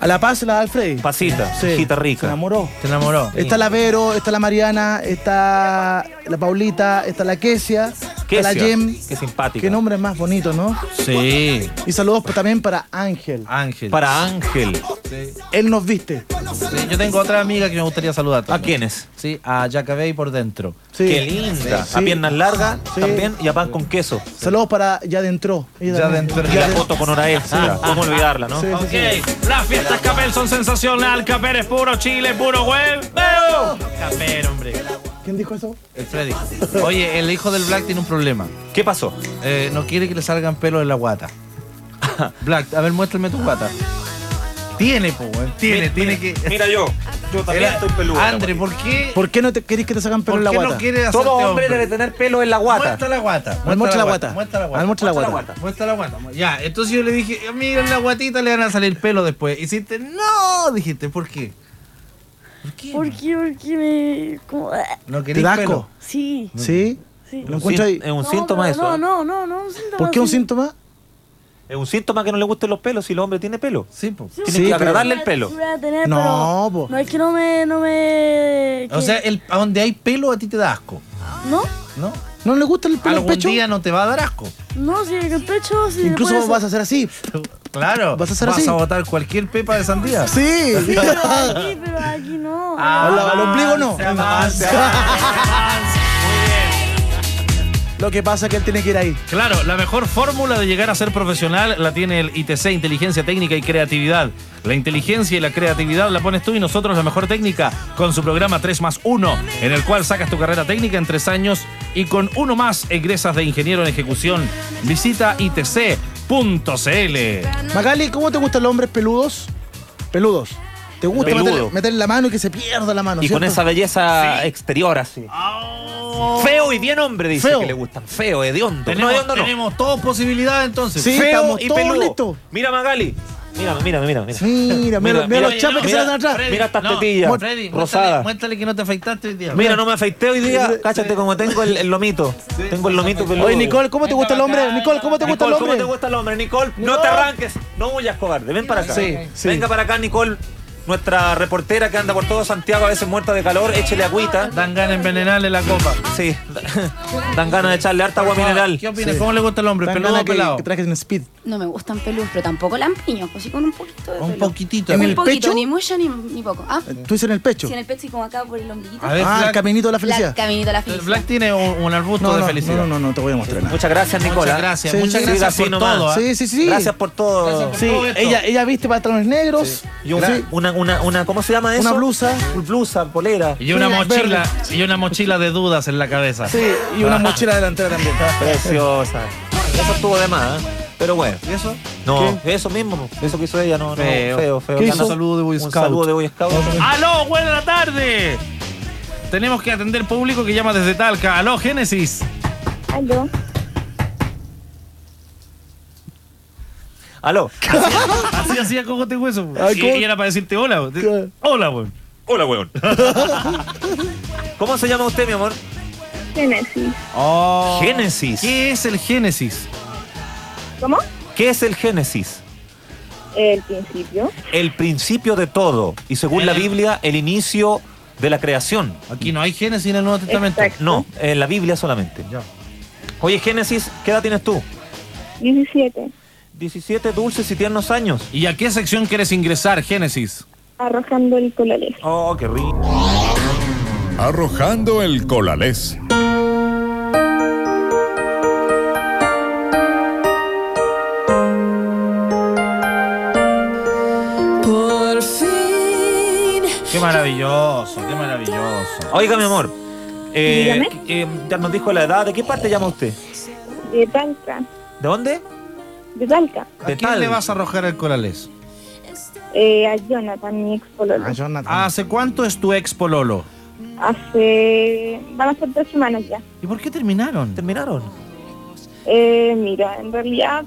A la Paz, la Alfredi.
Pasita,
Sí.
hijita rica.
Se enamoró.
Se enamoró.
Está la Vero, está la Mariana, está la Paulita, está la Kesia,
Qué,
está la Jem.
qué simpática.
Qué nombre más bonito, ¿no?
Sí.
Y saludos pues, también para Ángel.
Ah.
Ángel.
Para Ángel.
Él nos viste.
Sí, yo tengo otra amiga que me gustaría saludar.
¿A quiénes?
Sí, a Jacabey por dentro.
Sí.
Qué linda.
Sí.
A piernas largas
Sí.
también y a pan con queso.
Saludos para Ya Dentro.
Ya Dentro. Y la foto con
Ah.
hora extra. ¿Cómo olvidarla, no?
Ok, las fiestas Capel son sensacional. Capel es puro chile, puro web. ¡Veo! Capel, hombre.
¿Quién dijo eso?
El Freddy. Oye, el hijo del Black tiene un problema. Eh,
¿Qué pasó?
no quiere que le salgan pelos en la guata. Black, a ver, muéstrame tu guata. Tiene, po, weón. Tiene, tiene que.
Mira yo. Yo también
Era-
estoy peludo.
Andre, ¿por qué?
¿Por qué no te querés que te sacan pelo
¿Por
en la
qué
guata?
no quiere hacerte
Todo hombre debe tener pelo en la guata.
este Muestra la guata.
Muestra la guata.
Muestra la guata.
Ah, muestra la guata.
Muestra la guata. Ya, entonces yo le dije, "Ah, mira en la guatita le van a salir pelo después. Hiciste, no, dijiste, ¿por qué?
Porque, porque me. Como,
No
¿Te
quería
da
pelo.
asco?
sí,
¿Sí?
sí.
¿Lo encuentro ahí?
Es un
No,
síntoma
pero
eso.
No,
¿eh?
no, no, no, un síntoma.
¿Por qué un
sí.
síntoma?
Es un síntoma que no le gusten los pelos si el hombre tiene pelo.
Sí, po.
Tiene
Sí,
que
pero-
agradarle el pelo.
Sí voy a tener,
No,
pero
po.
No es que no me. No me
O
que-
sea, el, a donde hay pelo a ti te da asco,
No,
¿no?
¿No le gusta el pelo en
Algún
pecho?
día no te va a dar asco.
no, si el pecho. Si
Incluso
después-
vas a hacer así.
Claro.
¿Vas a hacer así?
a botar cualquier pepa de sandía. Ah,
Sí. Ah,
Pero aquí, pero aquí no.
Al- al ombligo no.
Se avanza, se avanza.
Lo que pasa es que él tiene que ir ahí.
Claro, la mejor fórmula de llegar a ser profesional la tiene el ITC, Inteligencia Técnica y Creatividad. La inteligencia y la creatividad la pones tú y nosotros la mejor técnica con su programa 3 más 1, en el cual sacas tu carrera técnica en tres años y con uno más egresas de ingeniero en ejecución. Visita itc.cl.
Magali, ¿cómo te gustan los hombres peludos? Peludos. ¿Te gusta
Peludo.
meter, meter la mano y que se pierda la mano?
Y con
¿cierto?
esa belleza exterior así. Feo y bien hombre, dice
Feo.
que le gustan. Feo, hediondo.
Tenemos,
no, hediondo no.
tenemos todos posibilidades entonces.
Sí,
Feo
estamos
y
todos
peludo.
listos.
Mira, Magali. Mírame, mírame, mírame. mira.
Mira, mira, mira, los
Oye,
chapes
no,
que
mira,
se dan atrás.
Freddy,
Mira estas
no,
tetillas
Freddy,
rosadas.
Muéstrale, muéstrale que no te afectaste hoy día.
Mira, no me afeité hoy día. Cáchate como tengo el, el lomito. tengo el lomito peludo.
Oye, Eh, Nicole, ¿cómo te gusta el hombre? Nicole, ¿cómo te gusta el
Nicole, ¿cómo
hombre?
te gusta el hombre, Nicole? No te arranques. No huyas, cobarde. Ven para acá.
Sí, sí.
Venga para acá, Nicole. Nuestra reportera que anda por todo Santiago, a veces muerta de calor. Échele agüita.
Dan ganas de envenenarle la copa.
Sí. Dan ganas de echarle harta agua mineral.
¿Qué opinas? ¿Cómo le gusta el hombre?
Tan
¿Peludo
gana
o pelado?
que, que trajes en speed.
No me gustan peludos, pero tampoco lampiños, pues sí con un poquito de
Un
pelo.
poquitito.
¿En
Un
el
poquito,
pecho? Eh,
ni mucho ni, ni poco. Ah,
¿Tú dices en el pecho?
sí, en el pecho y como acá por el ombliguito.
A ver,
ah, el
Black,
caminito de la felicidad.
La- caminito a la
el
felicidad.
Black tiene un, un arbusto
no,
de
no,
felicidad.
No, no, no, te voy a mostrar nada.
Muchas gracias, Nicola.
Muchas gracias,
Sí,
muchas
sí,
gracias
sí,
por
nomás.
todo.
Sí,
¿eh?
sí, sí.
Gracias por todo.
Sí,
todo esto.
ella, ella viste patrones negros.
Y un-
Sí.
una, una, una, ¿cómo se llama eso?
Una blusa.
Una blusa, polera.
Y una
Sí,
mochila,
verde.
y una mochila de dudas en la cabeza. Ah.
Sí, y una mochila delantera también.
Preciosa. Eso estuvo de más, ¿eh? Pero bueno.
¿Y eso?
No, eso mismo. Eso que hizo ella, no, no.
Feo.
Feo, feo.
¿Qué
Ya
hizo?
no-
Un saludo de Boy
Un
Scout.
saludo de Boy Scout.
¡Aló, buena tarde! Tenemos que atender público que llama desde Talca. ¡Aló, Génesis!
Aló.
Aló.
Así hacía cogote hueso. po.
Ay,
Y,
¿cómo?
y era para decirte hola. po. Hola, weón.
Hola, weón. ¿Cómo se llama usted, mi amor?
Génesis.
Oh. Génesis. ¿Qué es el Génesis?
¿Cómo?
¿Qué es el Génesis?
El principio.
El principio de todo. Y según la Biblia, el inicio de la creación.
Aquí no hay Génesis en el Nuevo Testamento.
No, en la Biblia solamente. Oye, Génesis, ¿qué edad tienes tú?
17.
17 dulces y tiernos años.
¿Y a qué sección quieres ingresar, Génesis?
Arrojando el colales.
Oh, qué rico.
Arrojando el colalés.
Por fin. Qué maravilloso, qué maravilloso.
Oiga, mi amor. eh,
Dígame.
eh, ya nos dijo la edad. ¿De qué parte llama usted?
De Talca.
¿De dónde?
De Talca.
¿A quién le vas a arrojar el colales?
Eh, a Jonathan, mi ex pololo.
¿Hace cuánto es tu ex pololo?
Hace. van a ser dos semanas ya.
¿Y por qué terminaron?
Terminaron.
Eh, mira, en realidad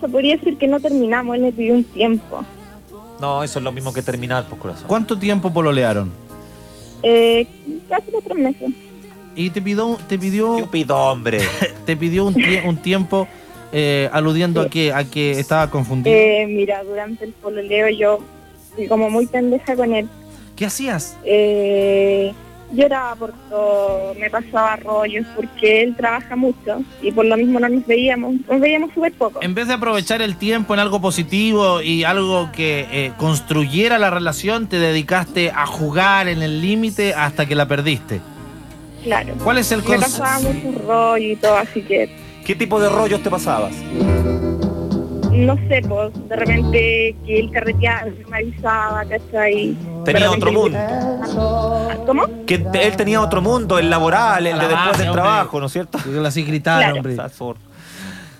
se podría decir que no terminamos, él me pidió un tiempo.
No, eso es lo mismo que terminar, pues corazón.
¿Cuánto tiempo pololearon?
Eh, casi los tres meses.
Y te pidió, te pidió.
hombre.
te pidió un, tie- un tiempo eh, aludiendo a que a que estaba confundido.
Eh, mira, durante el pololeo yo fui como muy pendeja con él.
¿Qué hacías?
Eh, lloraba por todo, me pasaba rollos porque él trabaja mucho y por lo mismo no nos veíamos, nos veíamos súper poco.
En vez de aprovechar el tiempo en algo positivo y algo que eh, construyera la relación, te dedicaste a jugar en el límite hasta que la perdiste.
Claro.
¿Cuál es el
Me
conse-
pasaba mucho rollo y todo, así que
¿Qué tipo de rollos te pasabas?
no sé, pues de repente que él carreteaba, me avisaba, ¿cachai? Ah,
Tenía otro mundo.
¿Cómo?
Que te- él tenía otro mundo, el laboral, el de
A la
después
base,
del
hombre.
trabajo, ¿no es cierto?
Yo así gritaba,
Claro.
hombre. Está
sordo.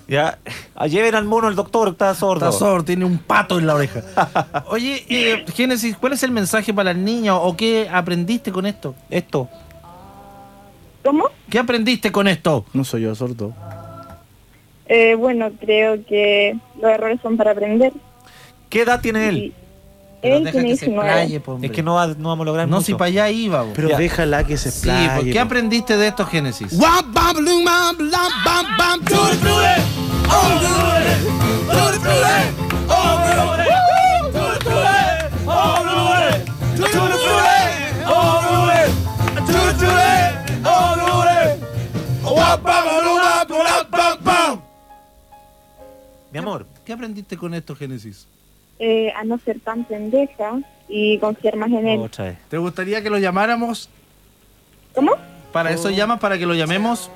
Ya, ah, lleven al mono el doctor, está sordo.
sordo, tiene un pato en la oreja. Oye, eh, Génesis, ¿cuál es el mensaje para las niñas o qué aprendiste con esto?
Esto.
¿Cómo?
¿Qué aprendiste con esto?
No soy yo, sordo.
Eh, bueno, creo que los errores son para aprender.
¿Qué edad tiene él?
Él tiene 19.
es que no, va- no vamos a lograr
No,
mucho.
si para allá iba.
Pero
Ya.
déjala que se
Sí,
explaye.
¿por ¿qué
po.
aprendiste de esto, Génesis?
Oh,
Mi amor.
¿Qué aprendiste con esto, Génesis?
Eh, a no ser tan pendeja y confiar más en él.
¿Te gustaría que lo llamáramos?
¿Cómo?
¿Para eso llamas? ¿Para que lo llamemos?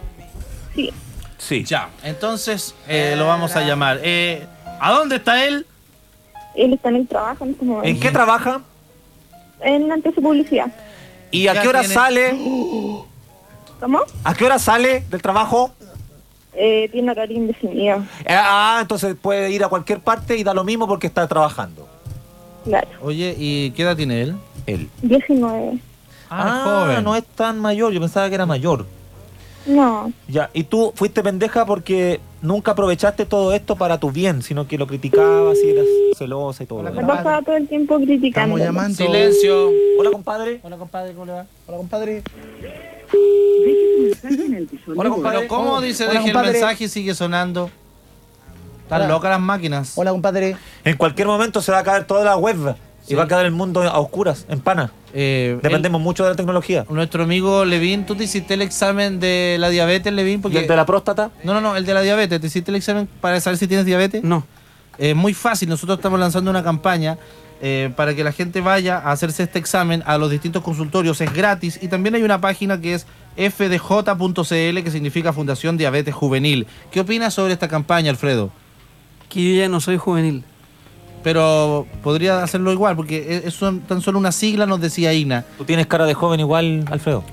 Sí.
Sí.
Ya, entonces eh, lo vamos a llamar. Eh, ¿A dónde está él?
Él está en el trabajo en este momento.
¿En qué
trabaja?
En antes de publicidad.
¿Y a
Ya
qué hora
tiene-
sale?
¿Cómo?
¿A qué hora sale del trabajo?
Eh, tiene horario indefinido.
Eh, Ah, entonces puede ir a cualquier parte y da lo mismo porque está trabajando.
Claro.
Oye, ¿y qué edad tiene él?
Él.
19.
Ah, joven.
no es tan mayor, yo pensaba que era mayor.
No.
Ya, y tú fuiste pendeja porque nunca aprovechaste todo esto para tu bien, sino que lo criticabas y eras celosa y todo. lo
Me
demás.
pasaba todo el tiempo criticando.
Silencio.
Hola, compadre.
Hola, compadre, ¿cómo le va?
Hola, compadre.
Hola, compadre. Pero ¿cómo dice
Hola,
deje el
compadre.
mensaje y sigue sonando? Están
Hola.
locas las máquinas.
Hola, compadre.
En cualquier momento se va a caer toda la web y va a quedar el mundo a oscuras, en pana. Dependemos mucho de la tecnología.
Nuestro amigo Levin, ¿tú te hiciste el examen de la diabetes, Levin? Porque
¿Y el de la próstata?
No, no, no, el de la diabetes. ¿Te hiciste el examen para saber si tienes diabetes? No. Es muy fácil. Nosotros estamos lanzando una campaña eh, para que la gente vaya a hacerse este examen a los distintos consultorios. Es gratis. Y también hay una página que es fdj.cl, que significa Fundación Diabetes Juvenil. ¿Qué opinas sobre esta campaña, Alfredo?
Que yo ya no soy juvenil.
Pero podría hacerlo igual, porque e, es- es son- tan solo una sigla, nos decía Ina.
Tú tienes cara de joven igual, Alfredo.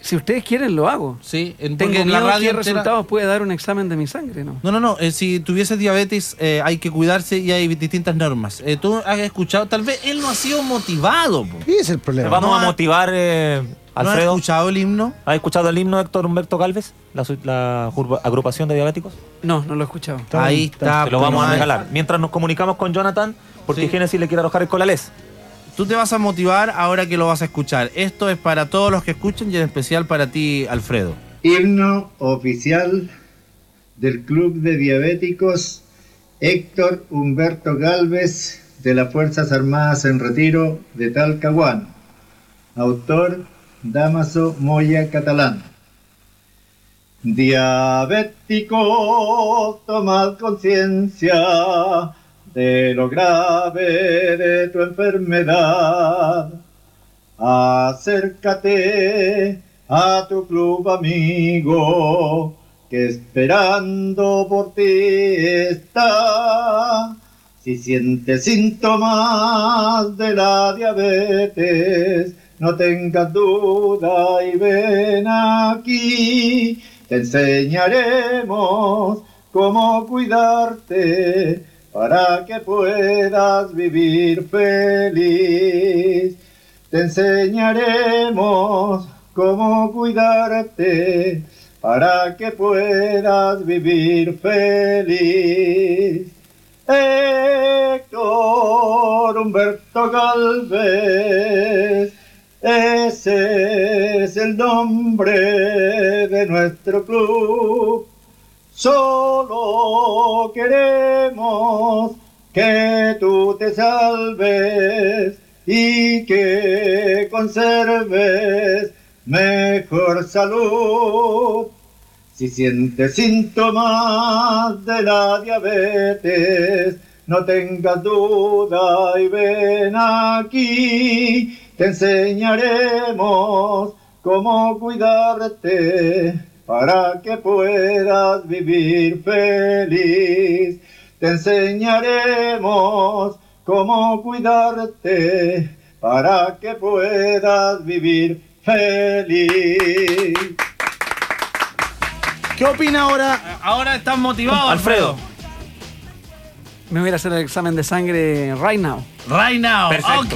Si ustedes quieren, lo hago.
Sí, en
Tengo
porque en
miedo
la radio
qué
entera-
resultados puede dar un examen de mi sangre, ¿no?
No, no, no. eh, si tuviese diabetes, eh, hay que cuidarse y hay distintas normas. Eh, Tú has escuchado, tal vez él no ha sido motivado. po.
¿Qué es el problema?
Te vamos
No
a
ha-
motivar, eh,
¿No has
Alfredo.
escuchado el himno?
¿Has escuchado el himno de Héctor Humberto Galvez? La, su- la jurba- agrupación de diabéticos.
No, no lo he escuchado.
Ahí está.
Te lo vamos a
bueno,
regalar. Mientras nos comunicamos con Jonathan, porque Génesis le quiere arrojar el colalés.
Tú te vas a motivar ahora que lo vas a escuchar. Esto es para todos los que escuchan y en especial para ti, Alfredo.
Himno oficial del Club de Diabéticos Héctor Humberto Galvez de las Fuerzas Armadas en Retiro de Talcahuano. Autor Damaso Moya Catalán. Diabético, tomad conciencia de lo grave de tu enfermedad. Acércate a tu club amigo, que esperando por ti está. Si sientes síntomas de la diabetes, no tengas duda y ven aquí. Te enseñaremos cómo cuidarte para que puedas vivir feliz. Te enseñaremos cómo cuidarte para que puedas vivir feliz. Héctor Humberto Galvez, ese es el nombre de nuestro club. Solo queremos que tú te salves y que conserves mejor salud. Si sientes síntomas de la diabetes, no tengas duda y ven aquí. Te enseñaremos cómo cuidarte para que puedas vivir feliz. Te enseñaremos cómo cuidarte para que puedas vivir feliz.
¿Qué opina ahora?
Ahora estás motivado, Alfredo.
Me voy a ir a hacer el examen de sangre right now.
Right now.
Perfecto.
Ok.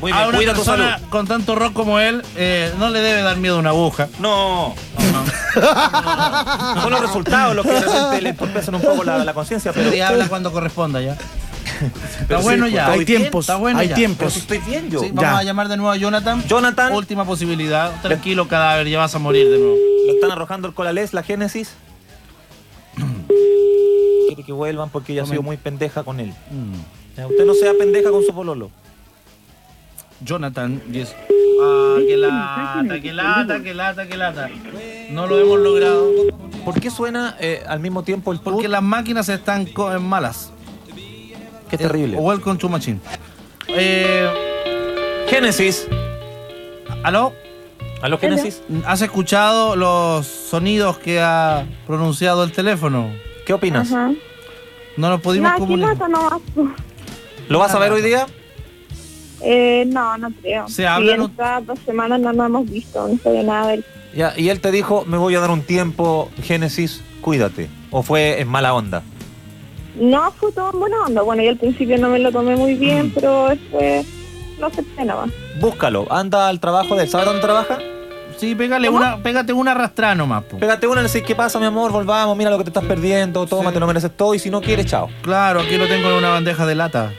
Muy bien,
a una
cuida tu
persona
salud.
con tanto rock como él, eh, no le debe dar miedo una aguja.
No. Son los resultados los que de repente le entorpecen un poco la, la conciencia, pero.
Te habla cuando corresponda ya.
Pero
Está
sí,
bueno
pues,
ya.
estoy
Hay
bien,
tiempos. Está bueno
hay
ya.
tiempos.
Pero si
estoy bien yo.
Sí,
Ya.
vamos a llamar de nuevo a Jonathan. Jonathan. Última posibilidad. Tranquilo, cadáver, ya vas a morir de nuevo.
Lo están arrojando el colalés, la génesis. Quiere que vuelvan porque ella ha sido muy pendeja con él. Ya, Usted no sea pendeja con su pololo.
Jonathan, 10. Ah, que lata, que lata, que lata, que lata. No lo hemos logrado.
¿Por qué suena eh, al mismo tiempo el
Porque las máquinas están co- eh, malas.
Qué terrible.
Eh, welcome to machine. Eh, Génesis. ¿Aló?
¿Aló, Génesis?
¿Has escuchado los sonidos que ha pronunciado el teléfono?
¿Qué opinas?
Ajá.
No nos
no,
pudimos
aquí
comunicar.
lata no va.
¿Lo vas a ver hoy día?
Eh, no, no creo.
¿Se habla,
Sí,
no?
estas dos semanas no nos hemos visto, no sabía nada de él.
Ya, y él te dijo, me voy a dar un tiempo, Génesis, cuídate. ¿O fue en mala onda?
No, fue todo en buena onda. Bueno, yo al principio no me lo tomé muy
Mm.
bien, pero después lo acepté nomás.
Búscalo, anda al trabajo de él. ¿Sabes dónde trabaja?
Sí, pégale una, pégate una arrastrada nomás. po.
Pégate una y le decís, ¿qué pasa, mi amor? Volvamos, mira lo que te estás perdiendo, toma, te lo mereces todo y si no quieres, chao.
Claro, aquí lo tengo en una bandeja de lata.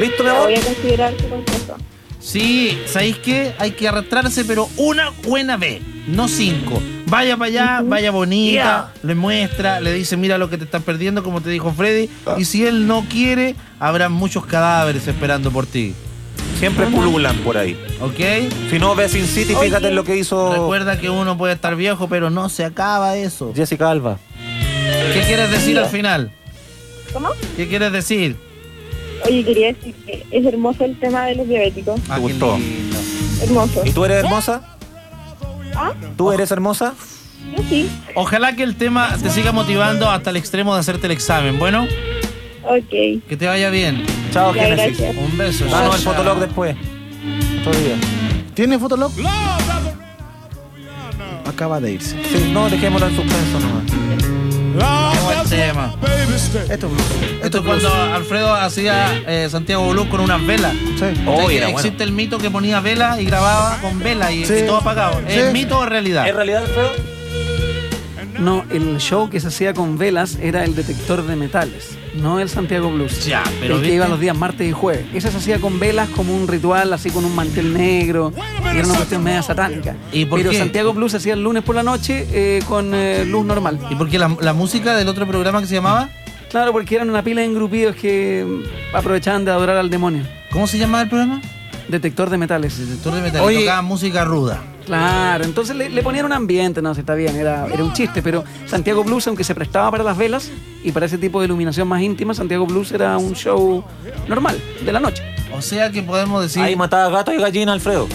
¿Listo, mi
Lo
amor?
voy a considerar tu consejo.
Sí, ¿sabéis qué? Hay que arrastrarse, pero una buena vez, no cinco. Vaya para allá, vaya bonita, le muestra, le dice, mira lo que te estás perdiendo, como te dijo Freddy.
Ah.
Y si él no quiere, habrá muchos cadáveres esperando por ti.
Siempre pululan por ahí.
¿Ok?
Si no, ve Sin City, fíjate en lo que hizo
Recuerda que uno puede estar viejo, pero no se acaba eso.
Jessica Alba.
¿Qué quieres decir al final?
¿Cómo?
¿Qué quieres decir?
Oye, quería decir que es hermoso el tema de los diabéticos.
Ah,
¿Te gustó?
Hermoso.
¿Y tú eres hermosa? ¿Tú eres hermosa?
Yo sí.
Ojalá que el tema te siga motivando hasta el extremo de hacerte el examen. Bueno,
Ok.
que te vaya bien.
Chao,
Ya, Génesis. gracias.
Un beso.
Danos el
Sasha.
fotolog después. Otro día.
¿Tiene fotolog? Acaba de irse.
Sí, no, dejémoslo en suspenso nomás.
Buen tema.
Esto,
Esto es cuando Alfredo hacía eh, Santiago Blue con unas velas. Sí.
Oh, era bueno.
existe el mito que ponía velas y grababa con velas y, y todo apagado. ¿Es mito o realidad?
¿Es realidad, Alfredo?
No, el show que se hacía con velas era el detector de metales, no el Santiago Blues. Ya,
pero
El que
viste-
iba los días martes y jueves. Ese se hacía con velas como un ritual, así con un mantel negro, y era una cuestión media satánica.
¿Y por
pero
qué?
Santiago Blues se hacía el lunes por la noche eh, con eh, luz normal.
¿Y por qué la, la música del otro programa que se llamaba?
Claro, porque eran una pila de engrupidos que mm, aprovechaban de adorar al demonio.
¿Cómo se llamaba el programa?
Detector de metales.
Detector de metales. Tocaba música ruda.
Claro, entonces le, le ponían un ambiente, no, si está bien, era, era un chiste, pero Santiago Blues, aunque se prestaba para las velas y para ese tipo de iluminación más íntima, Santiago Blues era un show normal, de la noche.
O sea que podemos decir.
Ahí mataba gato y gallina, Alfredo.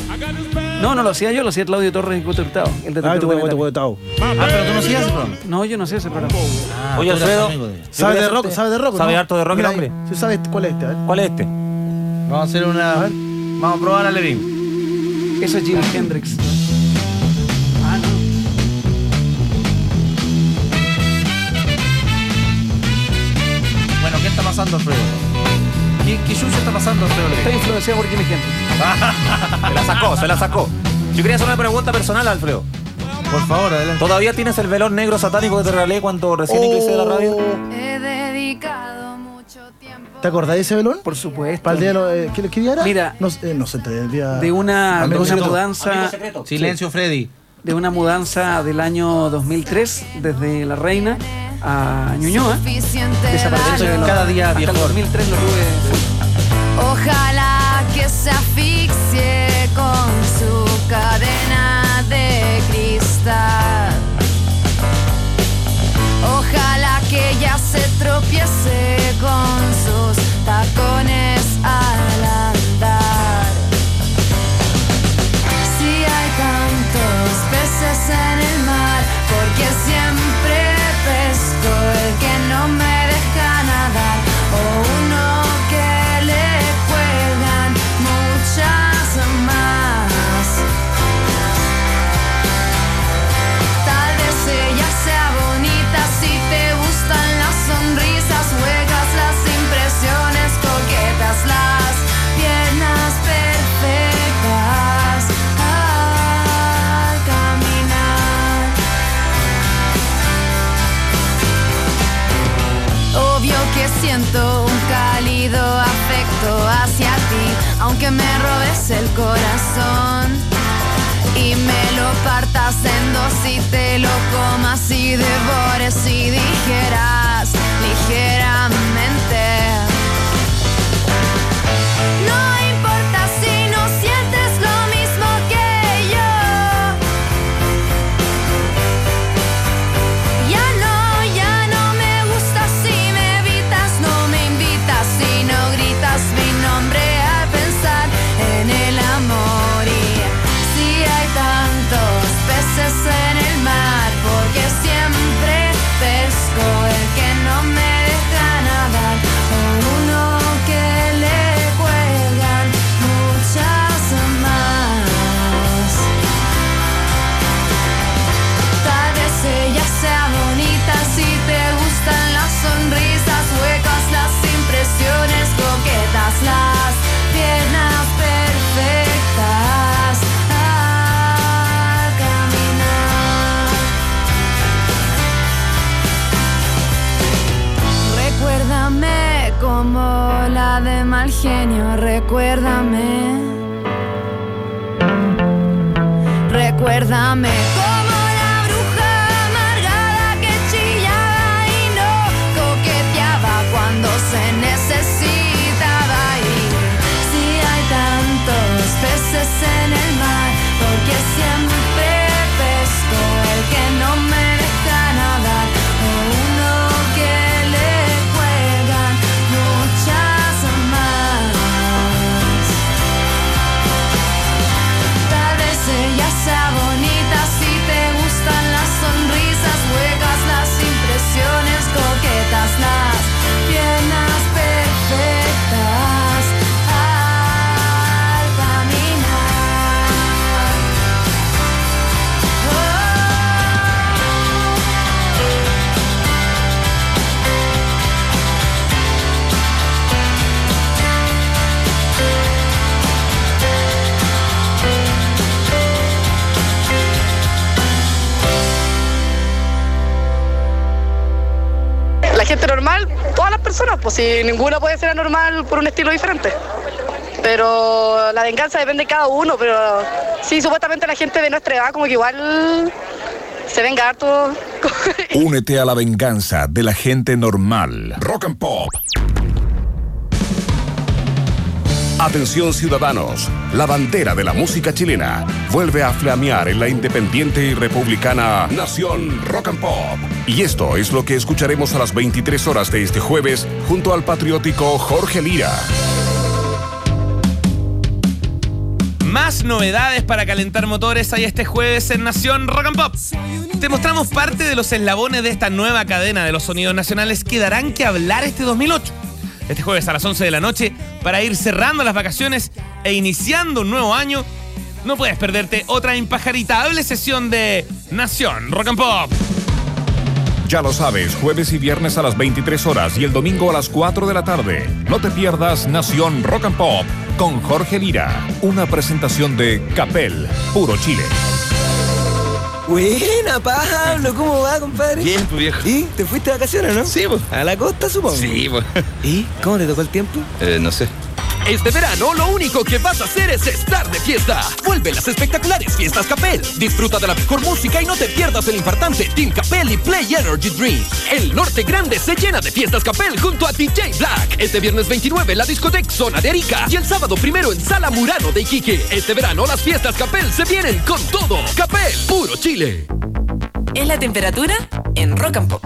No, no lo hacía yo, lo hacía Claudio Torres y Cueto Hurtado. El detector
Ah,
de
te voy, te
metales.
voy, te voy.
Ah, pero tú no hacías ese programa.
No, yo no hacía ese programa.
Ah,
Oye, Alfredo.
¿Sabe de rock? ¿Sabe de rock?
Sabe
no?
harto de rock el
Mira
hombre.
ahí, ¿Sí sabes cuál es este? A ver.
¿Cuál es este?
Vamos a hacer una. Vamos a probar a Levin.
Eso es Jimi Hendrix.
Bueno, ¿qué está pasando, Alfredo? ¿Qué, qué chucha está pasando, Alfredo?
Está influenciado por Jimi
Hendrix.
Se la sacó, se la sacó. Yo quería hacer una pregunta personal, Alfredo.
Por favor, adelante.
¿Todavía tienes el velón negro satánico que te regalé cuando recién ingresé de
Oh.
la radio?
¿Te acordás de ese velón?
Por supuesto.
¿Para el día de lo- eh, ¿qué, qué día era?
Mira.
No, sé, eh, no sé, el día...
De una, de
Amigo
una
secreto.
mudanza.
Silencio, Freddy.
de una mudanza del año 2003 desde La Reina a Ñuñoa. Desapareció
Eso es cada día
hasta el
mejor.
2003 lo tuve.
Ojalá que se asfixie con su cadena de cristal. Ojalá que ella se tropiece con sus tacones al andar. Si hay tantos peces en el mar, porque siempre pesco el que no me deja nadar, o uno que le cuelgan muchas más. Tal vez ella sea bonita si te gustan las sonrisas huecas, las impresiones coquetas, las piernas perfectas al caminar. Obvio que siento un cálido afecto hacia ti, aunque me robes el corazón. Y me lo partas en dos y te lo comas y devores y dijeras ligeramente. No importa si no sientes lo mismo que yo. Ya no, ya no me gustas si me evitas, no me invitas si no gritas mi nombre al pensar en el amor y si hay tantos peces en el mar, porque siempre pesco el que no me deja nadar, o uno que le cuelgan muchas más. Tal vez ella sea bonita si te gustan las sonrisas huecas, las impresiones coquetas, las piernas perfectas Ah, al caminar. Recuérdame como la de mal genio, recuérdame. Recuérdame como la bruja amargada que chillaba y no coqueteaba cuando se necesitaba ir. Si hay tantos peces en el mar, porque siempre pesco el que no me deja nadar, o uno que le juegan muchas más. Tal vez ella sea bonita si
gente normal, todas las personas, pues si ninguna puede ser anormal por un estilo diferente. Pero la venganza depende de cada uno, pero sí, supuestamente la gente de nuestra edad como que igual se venga harto.
Únete a la venganza de la gente normal. Rock and Pop.
Atención ciudadanos, la bandera de la música chilena vuelve a flamear en la independiente y republicana Nación Rock and Pop. Y esto es lo que escucharemos a las 23 horas de este jueves junto al patriótico Jorge Lira.
Más novedades para calentar motores hay este jueves en Nación Rock and Pop. Te mostramos parte de los eslabones de esta nueva cadena de los sonidos nacionales que darán que hablar este 2008. Este jueves a las 11 de la noche, para ir cerrando las vacaciones e iniciando un nuevo año, no puedes perderte otra impajaritable sesión de Nación Rock and Pop.
Ya lo sabes, jueves y viernes a las 23 horas y el domingo a las 4 de la tarde. No te pierdas Nación Rock and Pop con Jorge Lira, una presentación de Capel, Puro Chile.
Buena, Pablo, ¿cómo va, compadre?
Bien, tu viejo.
¿Y te fuiste de vacaciones, no?
Sí, pues.
¿A la costa, supongo?
Sí, pues.
¿Y cómo le tocó el tiempo?
Eh, no sé.
Este verano lo único que vas a hacer es estar de fiesta. Vuelve las espectaculares fiestas Capel. Disfruta de la mejor música y no te pierdas el infartante Team Capel y Play Energy Drink. El norte grande se llena de fiestas Capel junto a DJ Black. Este viernes 29 en la discoteca Zona de Arica y el sábado primero en Sala Murano de Iquique. Este verano las fiestas Capel se vienen con todo. Capel, puro Chile.
Es la temperatura en Rock and Pop.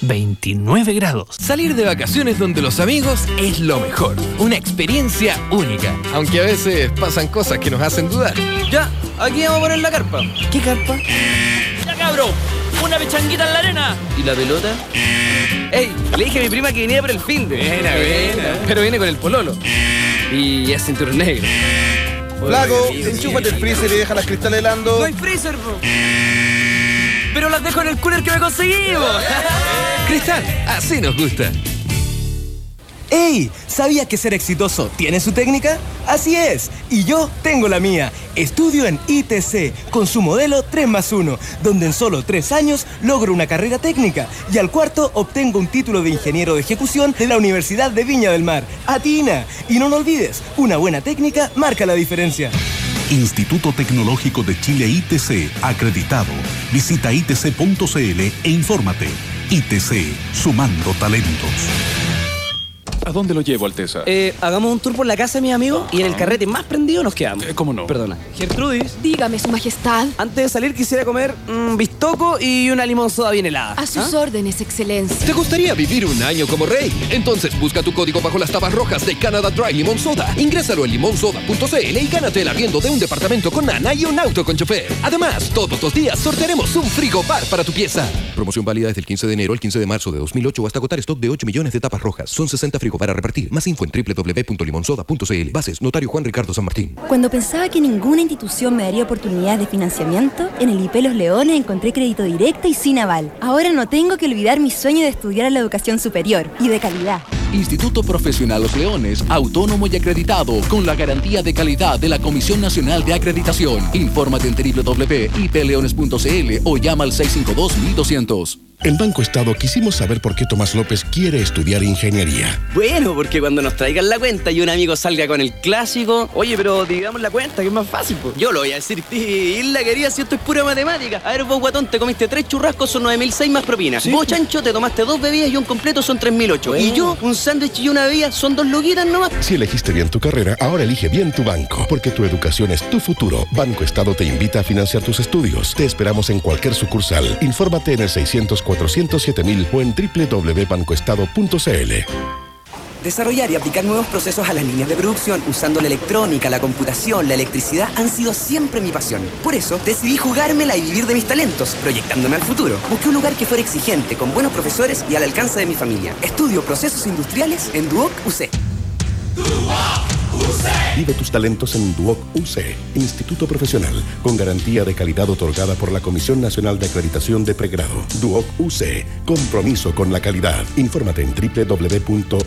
29 grados. Salir de vacaciones donde los amigos es lo mejor. Una experiencia única. Aunque a veces pasan cosas que nos hacen dudar.
Ya, aquí vamos a poner la carpa. ¿Qué carpa?
¡Ya cabro! ¡Una pechanguita en la arena!
¿Y la pelota? ¡Ey! Le dije a mi prima que venía por el fin de.
Buena, buena.
Pero viene con el pololo. Y es cinturón negro.
Flaco, enchúfate el freezer y deja las cristales helando.
No hay freezer, po. Pero las dejo en el cooler que me conseguí, po.
Cristal, así nos gusta.
¡Ey! ¿Sabías que ser exitoso tiene su técnica? Así es, y yo tengo la mía. Estudio en ITC con su modelo 3 más 1, donde en solo 3 años logro una carrera técnica y al cuarto obtengo un título de ingeniero de ejecución de la Universidad de Viña del Mar. ¡Atina! Y no lo olvides, una buena técnica marca la diferencia.
Instituto Tecnológico de Chile ITC, acreditado. Visita itc.cl e infórmate. ITC, sumando talentos.
¿A dónde lo llevo, Alteza?
Eh, hagamos un tour por la casa de mi amigo y en el carrete más prendido nos quedamos.
¿Cómo no?
Perdona. Gertrudis.
Dígame, Su Majestad.
Antes de salir quisiera comer un bistoco y una limón soda bien helada. ¿ah?
A
¿Ah?
sus órdenes, Excelencia.
¿Te gustaría vivir un año como rey? Entonces busca tu código bajo las tapas rojas de Canada Dry Limon Soda. Ingrésalo en limonsoda.cl y gánate el arriendo de un departamento con nana y un auto con chofer. Además, todos los días sortearemos un frigobar para tu pieza.
Promoción válida desde el 15 de enero al 15 de marzo de 2008 o hasta agotar stock de 8 millones de tapas rojas. Son 60 frigobar para repartir. Más info en www.limonsoda.cl. Bases, notario Juan Ricardo San Martín.
Cuando pensaba que ninguna institución me daría oportunidades de financiamiento, en el IP Los Leones encontré crédito directo y sin aval. Ahora no tengo que olvidar mi sueño de estudiar la educación superior y de calidad.
Instituto Profesional Los Leones, autónomo y acreditado, con la garantía de calidad de la Comisión Nacional de Acreditación. Infórmate en www.ipleones.cl o llama al 652-1200.
En Banco Estado quisimos saber por qué Tomás López quiere estudiar ingeniería.
Bueno, porque cuando nos traigan la cuenta y un amigo salga con el clásico, oye, pero digamos la cuenta, que es más fácil, pues. Yo lo voy a decir, "Ti, la quería si esto es pura matemática. A ver, vos guatón, te comiste tres churrascos, son 9.006 más propinas. Vos, chancho, te tomaste dos bebidas y un completo, son 3.008. Y yo, un sándwich y una bebida, son dos loquitas nomás.
Si elegiste bien tu carrera, ahora elige bien tu banco, porque tu educación es tu futuro. Banco Estado te invita a financiar tus estudios. Te esperamos en cualquier sucursal. Infórmate en el 600-407.000 o en www.bancoestado.cl.
Desarrollar y aplicar nuevos procesos a las líneas de producción usando la electrónica, la computación, la electricidad han sido siempre mi pasión. Por eso decidí jugármela y vivir de mis talentos, proyectándome al futuro. Busqué un lugar que fuera exigente, con buenos profesores y al alcance de mi familia. Estudio procesos industriales en Duoc UC.
Vive tus talentos en Duoc UC, Instituto Profesional, con garantía de calidad otorgada por la Comisión Nacional de Acreditación de Pregrado. Duoc UC, compromiso con la calidad. Infórmate en www.duoc.cl.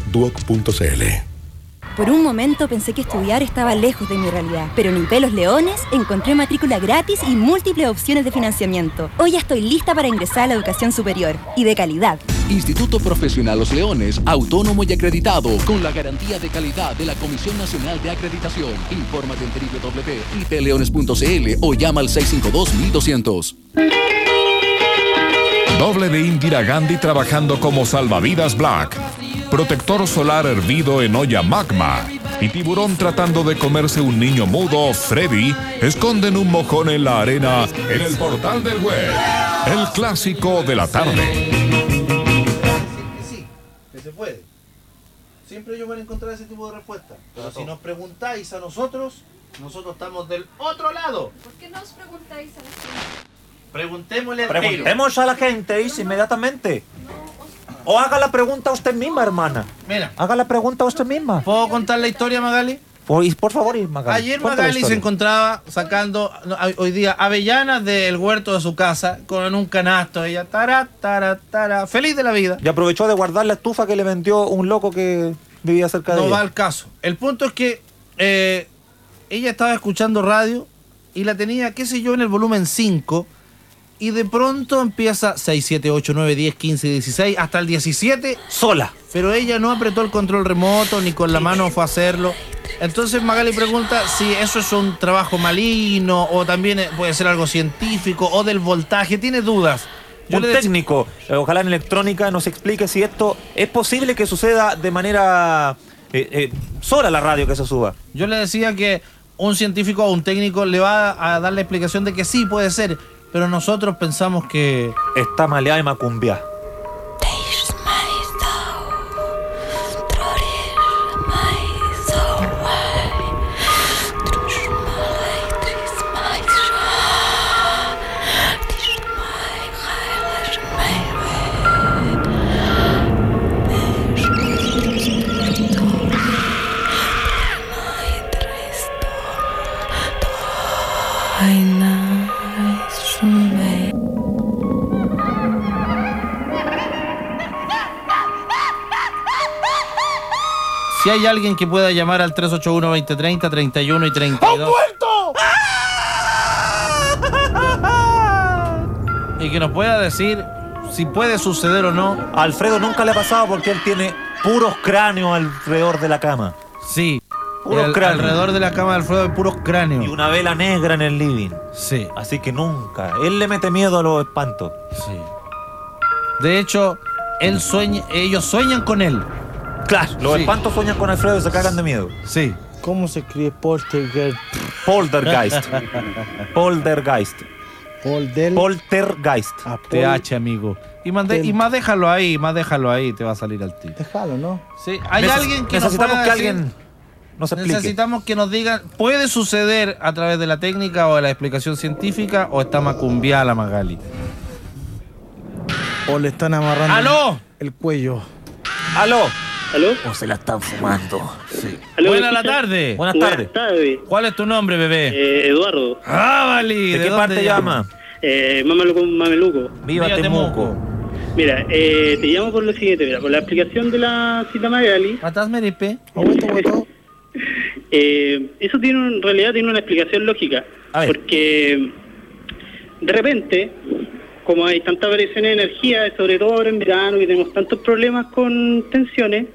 Por un momento pensé que estudiar estaba lejos de mi realidad, pero en IP Los Leones encontré matrícula gratis y múltiples opciones de financiamiento. Hoy ya estoy lista para ingresar a la educación superior y de calidad.
Instituto Profesional Los Leones, autónomo y acreditado, con la garantía de calidad de la Comisión Nacional de Acreditación. Infórmate en www.ipleones.cl o llama al 652-1200.
Doble de Indira Gandhi trabajando como salvavidas Black. Protector solar hervido en olla magma. Y tiburón tratando de comerse un niño mudo, Freddy, esconden un mojón en la arena en el portal del web. El clásico de la tarde.
que se puede. Siempre ellos van a encontrar ese tipo de respuesta. Pero si nos preguntáis a nosotros, nosotros estamos del otro lado.
¿Por qué no os preguntáis a la
Preguntémosle al
Preguntemos a la gente, Is, inmediatamente. O haga la pregunta usted misma, hermana.
Mira.
Haga la pregunta usted misma.
¿Puedo contar la historia, Magali?
Por, Is, por favor, Is, Magali.
Ayer
cuenta la
Magali se
historia.
encontraba sacando no, a- hoy día avellanas del huerto de su casa con un canasto. Ella, tará, tará, tará, feliz de la vida.
Y aprovechó de guardar la estufa que le vendió un loco que vivía cerca de
No
ella.
va al caso. El punto es que eh, ella estaba escuchando radio y la tenía, qué sé yo, en el volumen 5 y de pronto empieza 6, 7, 8, 9, 10, 15, 16, hasta el 17.
Sola.
Pero ella no apretó el control remoto ni con la mano fue a hacerlo. Entonces Magali pregunta si eso es un trabajo maligno o también eh, puede ser algo científico o del voltaje. Tiene dudas. Yo
un
le decía-
técnico, eh, ojalá en electrónica, nos explique si esto es posible que suceda de manera eh, eh, sola la radio que se suba.
Yo le decía que un científico o un técnico le va a dar la explicación de que sí puede ser, pero nosotros pensamos que
Está maleada y macumbia.
si hay alguien que pueda llamar al 381-2030, 31 y 32 y que nos pueda decir si puede suceder o no.
Alfredo nunca le ha pasado porque él tiene puros cráneos alrededor de la cama.
Sí.
Puros
al-
cráneos.
alrededor de la cama de Alfredo hay puros cráneos.
Y una vela negra en el living.
Sí.
Así que nunca. Él le mete miedo a los espantos.
Sí. De hecho, él sueña, ellos sueñan con él.
Claro, los espantos sueñan con Alfredo y se cagan de miedo.
Sí.
¿Cómo se escribe poltergeist?
Poltergeist. Poltergeist. Poltergeist.
TH, Ah, amigo. Y, mande- y más déjalo ahí, más déjalo ahí, te va a salir al tiro.
Déjalo, ¿no?
Sí, hay
Neces-
alguien que nos
necesitamos
pueda
que
decir-
alguien
nos
explique.
Necesitamos que nos digan, ¿puede suceder a través de la técnica o de la explicación científica o está macumbiada la Magali?
O le están amarrando
¡Aló!
el cuello.
¡Aló!
¿Aló?
O se la están fumando.
¿Aló,
Buenas
me
la
escucha?
tarde.
Buenas tardes.
¿Cuál es tu nombre, bebé?
Eh, Eduardo.
Ah, vale. ¿De,
qué
dónde
parte
llama?
Eh, Mameluco, Mameluco.
Viva Viva Temuco.
Mira, eh, te llamo por lo siguiente, mira, por la explicación de la cita Magali.
¿Matás Meripe?
Eh, eso tiene un- en realidad tiene una explicación lógica, porque de repente, como hay tanta variación de energía, sobre todo ahora en verano y tenemos tantos problemas con tensiones,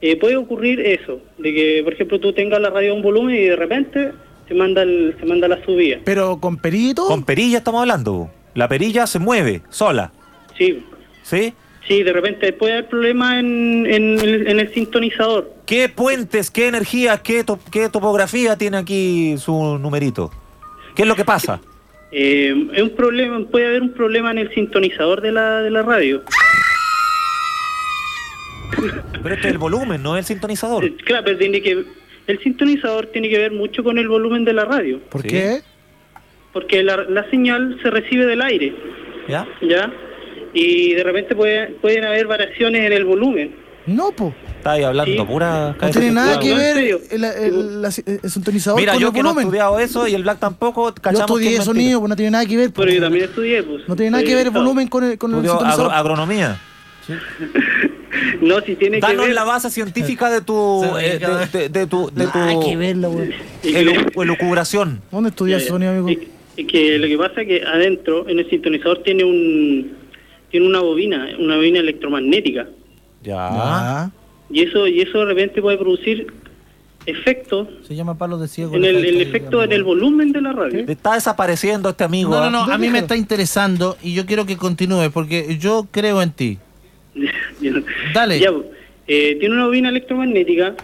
eh, puede ocurrir eso, de que por ejemplo tú tengas la radio a un volumen y de repente se manda el- se manda la subida.
Pero con perito. Con perilla estamos hablando. po. La perilla se mueve sola.
Sí.
¿Sí?
Sí, de repente puede haber problemas en, en el- en el sintonizador.
¿Qué puentes, qué energía, qué, to- qué topografía tiene aquí su numerito? ¿Qué es lo que pasa?
Eh, es un problema, puede haber un problema en el sintonizador de la, de la radio.
Pero este es el volumen, no el sintonizador.
Eh, Claro, pero tiene que el sintonizador tiene que ver mucho con el volumen de la radio,
¿Por qué?
porque la, la señal se recibe del aire,
¿Ya?
¿ya? Y de repente puede- pueden haber variaciones en el volumen.
No, po.
Está ahí hablando pura...
No tiene nada que ver el, el, la- el sintonizador
Mira,
con
yo
el
que no he
volumen.
estudiado eso y el Black tampoco,
Yo
cachamos que
estudié
es mentira.
sonido, pues no tiene nada que ver. pues.
estudié, pues.
No tiene nada que ver el volumen con el, con el
Estudió
sintonizador.
agro- agronomía.
No, si tiene
Danos
que ver.
la base científica de tu... eh, de, de- de tu... De tu
Hay que verlo, güey.
elu- elucubración.
¿Dónde estudias
Ya, ya.
sonido, amigo?
Es que lo que pasa es que adentro, en el sintonizador, tiene un, tiene una bobina, una bobina electromagnética.
¿Ah?
Ya.
Y eso, y eso de repente puede producir efectos
Se llama palo de ciego.
en el, el efecto en el volumen de la radio.
Está desapareciendo este amigo.
No,
¿ah?
no, no, a mí me está interesando y yo quiero que continúe porque yo creo en ti. Dale.
Ya, eh, tiene una bobina electromagnética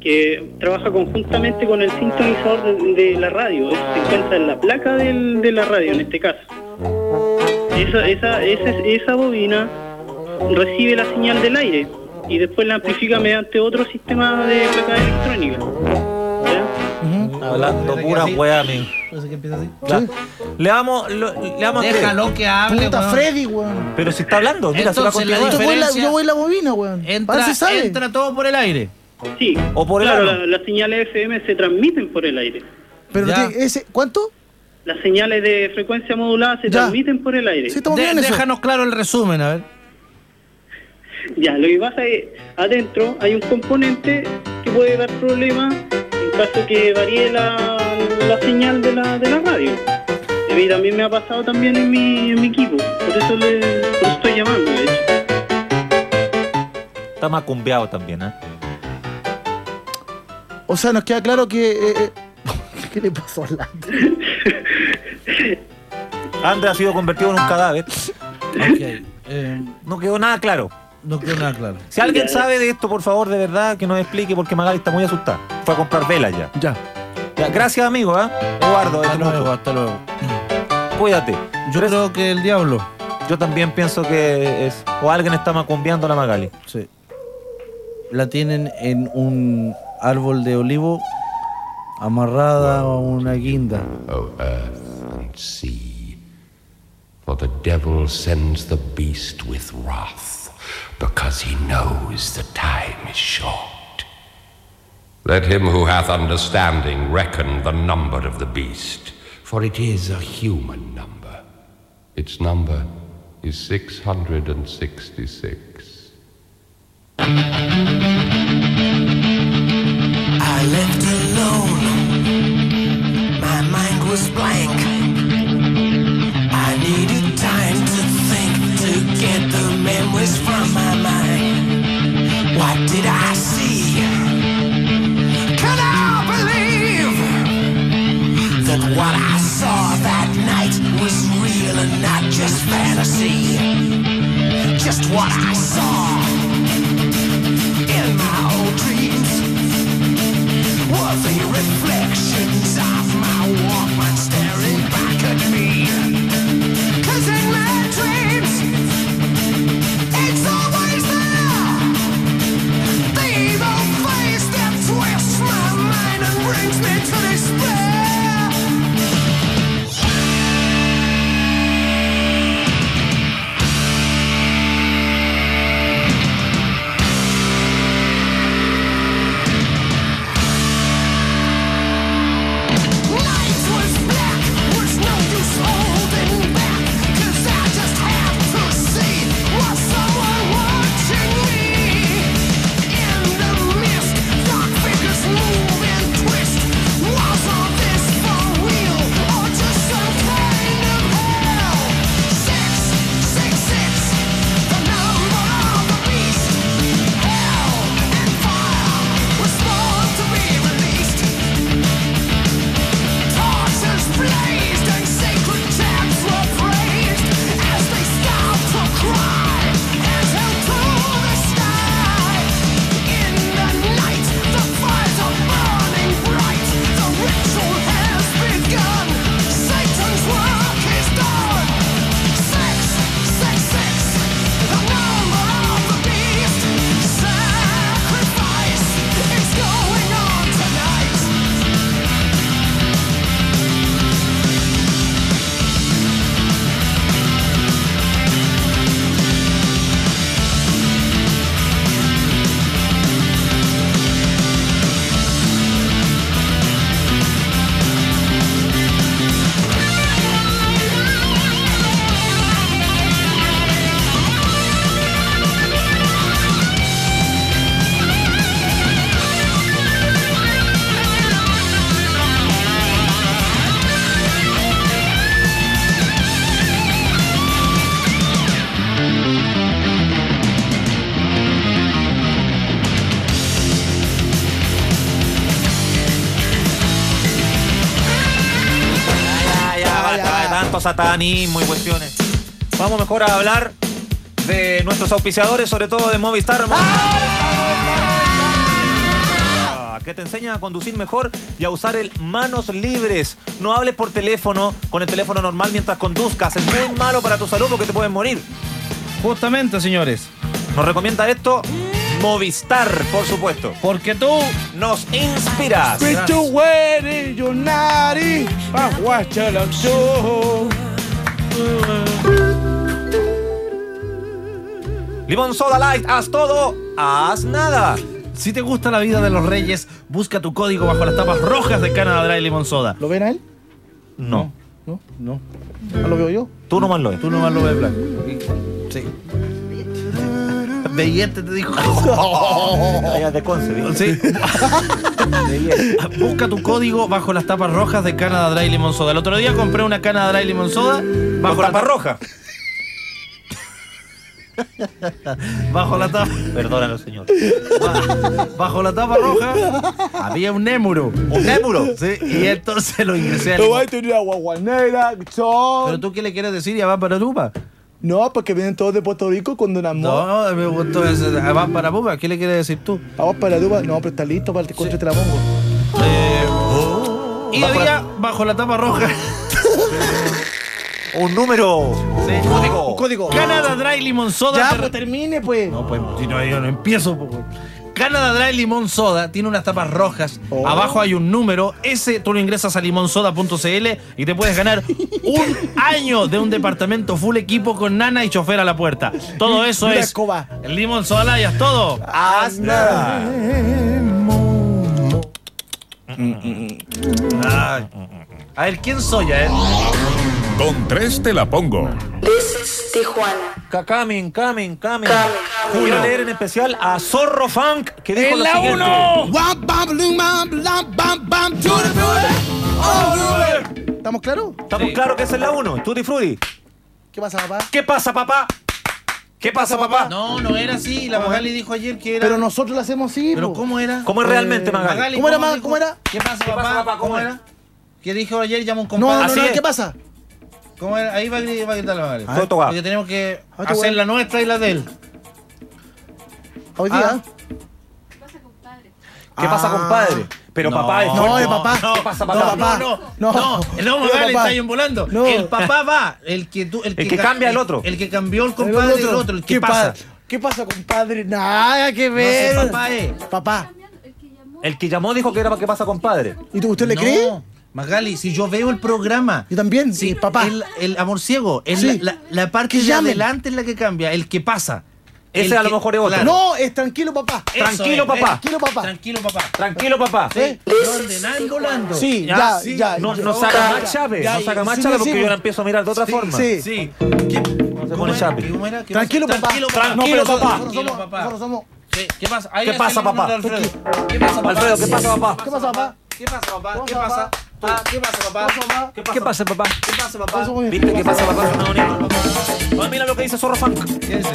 que trabaja conjuntamente con el sintonizador de, de la radio. Eso se encuentra en la placa del- de la radio en este caso. Esa, esa, esa, esa bobina recibe la señal del aire y después la amplifica mediante otro sistema de placa electrónica.
Hablando pura wea, amigo. Claro. Le damos, lo- le damos a creer.
Déjalo que hable.
Puta
weón.
Freddy, weón.
Pero si está hablando, mira, se va a
Entonces, la
continuar.
Yo voy, la,
diferencia-
yo voy la bobina, weón. Ahora Ah, se
Entra,
sabe.
entra todo por el aire.
Sí.
O por el
claro, la-
ano.
las señales FM se transmiten por el aire.
Pero no tiene- ese, ¿cuánto?
Las señales de frecuencia modulada se transmiten por el aire.
De- déjanos claro el resumen, a ver.
Ya, lo que pasa es adentro hay un componente que puede dar problemas en caso que varíe la, la señal de la, de la radio. A mí también me ha pasado también en mi, en mi equipo, por eso le por eso estoy llamando, ¿eh? de hecho.
Está macumbeado también, ¿eh?
O sea, nos queda claro que. eh, eh, ¿Qué le pasó a Lando?
Andre ha sido convertido en un cadáver.
eh.
no quedó nada claro.
No quedó nada claro.
Si alguien sabe de esto, por favor, de verdad, que nos explique, porque Magali está muy asustada. Fue a comprar velas ya.
Ya.
Ya, gracias, amigo, ¿eh? Eduardo,
Hasta
de Temuco.
luego, hasta luego.
Cuídate.
Yo creo que el diablo.
Yo también pienso que es. O alguien está macumbeando a la Magali.
Sí. La tienen en un árbol de olivo amarrada a una guinda.
O earth and sea. For the devil sends the beast with wrath, because he knows the time is short. Let him who hath understanding reckon the number of the beast, for it is a human number. Its number is 666.
I left alone. My mind was blank. I needed time to think to get the memories from my mind. What did I see? Could I believe that what I saw that night was real and not just fantasy? Just what I saw in my old dreams. Were the reflections of my woman staring back at me? 'Cause in my dreams, it's always there. The evil face that twists my mind and brings me to despair. Nights were
satanismo y cuestiones. Vamos mejor a hablar de nuestros auspiciadores, sobre todo de Movistar. Ah, Que te enseña a conducir mejor y a usar el manos libres. No hables por teléfono con el teléfono normal mientras conduzcas. Es muy malo para tu salud porque te puedes morir.
Justamente, señores.
Nos recomienda esto Movistar, por supuesto.
Porque tú
nos inspiras.
With your wedding, your naughty, I watch all of
Limón Soda Light, haz todo, haz nada.
Si te gusta la vida de los reyes, busca tu código bajo las tapas rojas de Canada Dry Limon Soda.
¿Lo ven a él?
No.
No, no. ¿No lo veo yo?
Tú nomás lo ves.
Tú nomás lo ves, Blanco. Sí. Bellete te dijo.
Allá de Conce, ¿viste?
Sí. Busca tu código bajo las tapas rojas de Canada Dry Limon Soda. El otro día compré una Canada Dry Limon Soda bajo la
tapa roja.
Bajo la tapa.
Perdónalo, señor.
Ba- Bajo la tapa roja había un émuro.
¿Un émuro?
Sí, y entonces lo ingresé al
Lo voy a tener agua guanera,
¿Pero tú qué le quieres decir y va para Tupa?
No, porque vienen todos de Puerto Rico con Don Amor.
No, me gustó ese. Ah, Va para Pupa, ¿qué le quieres decir tú?
Agua para Tupa. No, pero está listo para el contra te la pongo.
Y había bajo la tapa roja.
Un número.
Sí.
Código.
Un código. Canada Dry Limon Soda.
Ya,
te-
pero termine, pues.
No, pues si no, yo no empiezo. po. Canada Dry Limón Soda tiene unas tapas rojas.
Oh.
Abajo hay un número. Ese tú lo ingresas a limonsoda.cl y te puedes ganar un año de un departamento full equipo con nana y chofer a la puerta. Todo eso
Mira,
es.
Escoba.
El Limón Soda Layas, todo.
Haz nada.
Ay. A ver, ¿quién soy? eh?
Con tres te la pongo.
This Tijuana. Coming, coming, coming. Quiero leer en especial a Zorro Funk, que dijo lo siguiente.
¿Estamos claros?
Estamos claros que esa es la 1. Tutti Frutti.
¿Qué pasa, papá?
¿Qué pasa, papá? ¿Qué pasa, papá?
No, no era así. La Magali dijo ayer que era.
Pero nosotros la hacemos así.
Pero
po.
¿cómo era?
¿Cómo es realmente,
Eh,
Magali?
Magali,
¿Cómo era, ma-
dijo?
cómo era?
¿Qué pasa, papá? ¿Cómo era? ¿Qué dijo ayer? Llama un
No,
compadre.
no, no,
Así
no,
es.
¿qué pasa?
¿Cómo era? Ahí va a gritar, va a gritar la Magali.
Ah, esto va.
Porque tenemos que
Ah, esto
hacer
va.
la nuestra y la de él. Ah.
Hoy día.
¿Qué pasa, compadre? Pero
No.
papá es
No,
fuerte.
el papá.
¿Qué pasa,
No,
papá?
papá. No, no, no. No,
No,
Magali
papá.
está envolando.
No.
El papá va. El que, tú,
El que cambia el otro.
El que cambió el compadre del otro. El que pasa.
¿Qué pasa, compadre? Nada que ver.
No sé, papá eh. es.
Papá.
El que llamó dijo que era para qué pasa, compadre.
¿Y tú, usted le
No,
cree?
Magali, si yo veo el programa.
Yo también. Sí, papá.
El, el amor ciego. Es
Sí.
la, la- la parte
Que
de
llamen.
adelante es la que cambia. El que pasa.
Ese
El
a lo
que-
mejor es otro.
claro.
No, es tranquilo, papá.
Eso
Tranquilo,
es, eh.
papá.
Tranquilo, papá.
Tranquilo, papá.
Tranquilo, papá.
¿Eh?
Ordenando, Lando.
Sí,
Ya,
ya,
sí.
ya.
No,
ya.
no saca más Chávez.
Ya,
No saca más
sí,
Chávez
sí,
porque
sí.
yo la empiezo a mirar de otra
Sí,
forma.
sí.
Sí. ¿Qué- ¿Cómo
pone
era?
Chapi.
¿Cómo era? ¿Qué
Tranquilo,
pasa?
papá.
Tranquilo, papá.
Tranquilo, papá.
Tranquilo, papá.
Nosotros somos.
Sí, ¿Qué pasa? Ahí
¿Qué
hace
pasa,
el número
papá?
de Alfredo. ¿Qué pasa, papá?
Alfredo, ¿qué pasa, papá?
¿Qué pasa, papá?
¿Qué pasa, papá? ¿Qué
¿Cómo
pasa? Ah, ¿Qué pasa, papá?
¿Cómo papá?
¿Qué pasa,
¿Qué
papá?
pasa, papá?
¿Qué pasa,
¿Cómo
papá?
somos?
¿Viste qué pasa, papá? Suena bonito.
Ah,
Bueno, mira lo que dice Zorro Funk
¿Qué dice?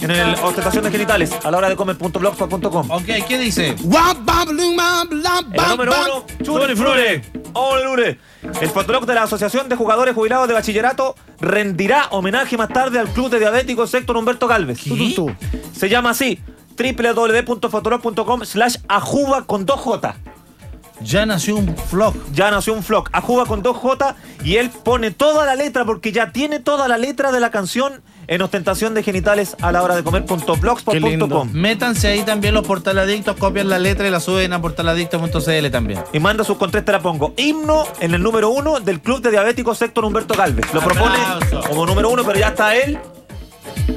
en el Ostentaciones Genitales a la hora de comer.blogspot.com.
Ok, ¿qué dice?
El número uno, Tutti Frutti. Ole, ole. El fotolog de la Asociación de Jugadores Jubilados de Bachillerato rendirá homenaje más tarde al club de diabéticos sector Humberto Galvez.
Tú, tú, tú.
Se llama así www.fotolog.com slash ajuba con 2j.
Ya nació un vlog.
Ya nació un flock. Ajuba con 2J y él pone toda la letra porque ya tiene toda la letra de la canción en ostentación de genitales a la hora de
Qué lindo.
comer.blogspot.com.
Métanse ahí también los portaladictos, copian la letra y la suben a portaladictos.cl también.
Y manda sus contestas, la pongo. Himno en el número uno del Club de Diabéticos Sector Humberto Galvez. Lo propone
Aplauso.
como número uno, pero ya está él.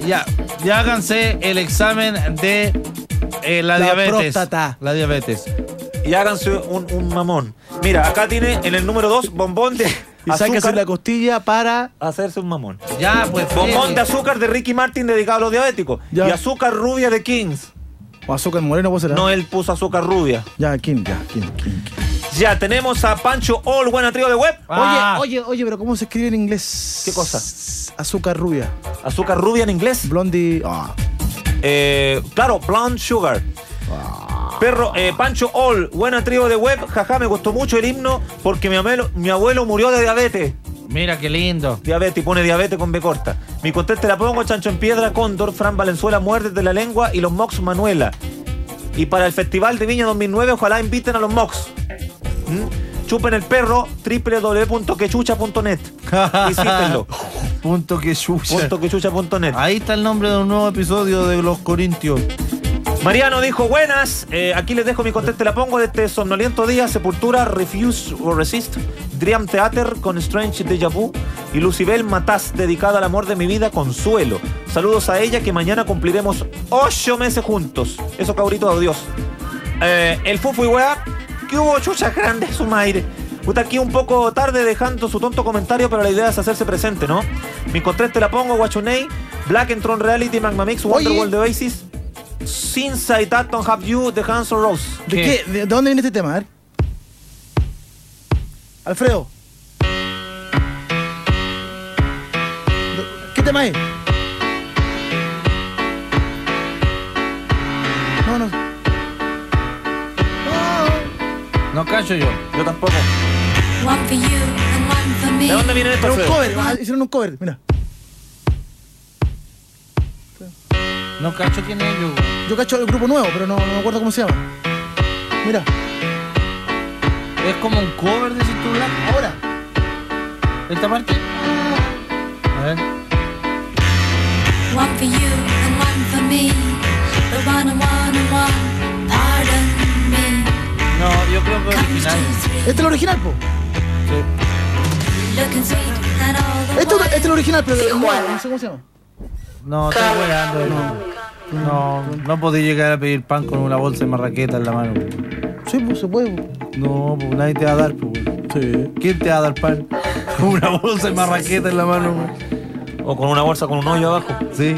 Ya, ya háganse el examen de eh, la,
La
diabetes.
próstata.
La diabetes.
Y háganse un, un mamón. Mira, acá tiene en el número dos bombón de
Y sáquese
azúcar.
la costilla para.
Hacerse un mamón.
Ya, pues.
Bombón
eh,
de azúcar de Ricky Martin dedicado a los diabéticos.
Ya.
Y azúcar rubia de Kings.
O azúcar moreno, vos será.
No, él puso azúcar rubia.
Ya, ¿quién? Ya, ¿quién? ¿quién? quién?
Ya tenemos a Pancho All, buena trío de web.
Ah.
Oye, oye, oye, pero ¿cómo se escribe en inglés?
¿Qué cosa?
Azúcar rubia.
Azúcar rubia en inglés.
Blondie. Ah.
Eh, claro, Blonde Sugar. Perro, eh, Pancho All, buena trío de web. Jaja, me gustó mucho el himno porque mi abuelo, mi abuelo murió de diabetes. Mira qué lindo. Diabetes, y pone diabetes con B corta. Mi contest te la pongo, Chancho en Piedra, Cóndor, Fran Valenzuela, Muertes de la Lengua y los Mox Manuela. Y para el Festival de Viña 2009, ojalá inviten a los Mox. ¿Mm? Chupen el perro, www.quechucha.net. Visítenlo.
Punto que chucha.
Punto que chucha.net.
Ahí está el nombre de un nuevo episodio de Los Corintios.
Mariano dijo, buenas, eh, aquí les dejo mi contente, la pongo de este somnoliento día, Sepultura, Refuse or Resist, Dream Theater con Strange Deja Vu y Lucibel Mataz, dedicada al amor de mi vida, Consuelo. Saludos a ella que mañana cumpliremos ocho meses juntos. Eso cabrito de Dios. Eh, el Fufu y Weá, que hubo chuchas grandes, su aire. Usted aquí un poco tarde dejando su tonto comentario, pero la idea es hacerse presente, ¿no? Mi conteste la pongo, Guachunei, Black Entron Reality, Magma Mix, Wonderwall de Oasis. Since I That Don't Have You de Hans Rose.
¿De, qué? ¿De dónde viene este tema? A ver. Alfredo. ¿Qué tema es? No, no.
No cacho yo.
Yo tampoco.
One for you and one for me.
¿De dónde viene esto,
Era un
Alfredo?
cover, ah, hicieron un cover, mira.
No cacho quién es yo.
Yo cacho el grupo nuevo, pero no, no me acuerdo cómo se llama. Mira.
Es como un cover de Cintura.
Ahora.
Esta parte. A ver.
One for you and one for me. The one and one and one. Pardon me.
No, yo creo que es original.
Este es el original, po.
Looking sweet and all the
Este,
while.
este es el original, pero el nuevo, no sé cómo se llama.
No, estoy weando. No. no, no podí llegar a pedir pan con una bolsa de marraqueta en la mano.
Sí, pues se puede. po.
No, pues nadie te va a dar, pues. Sí. ¿Quién te va a dar pan? Con una bolsa de marraqueta en la mano.
O con una bolsa con un hoyo abajo.
Sí.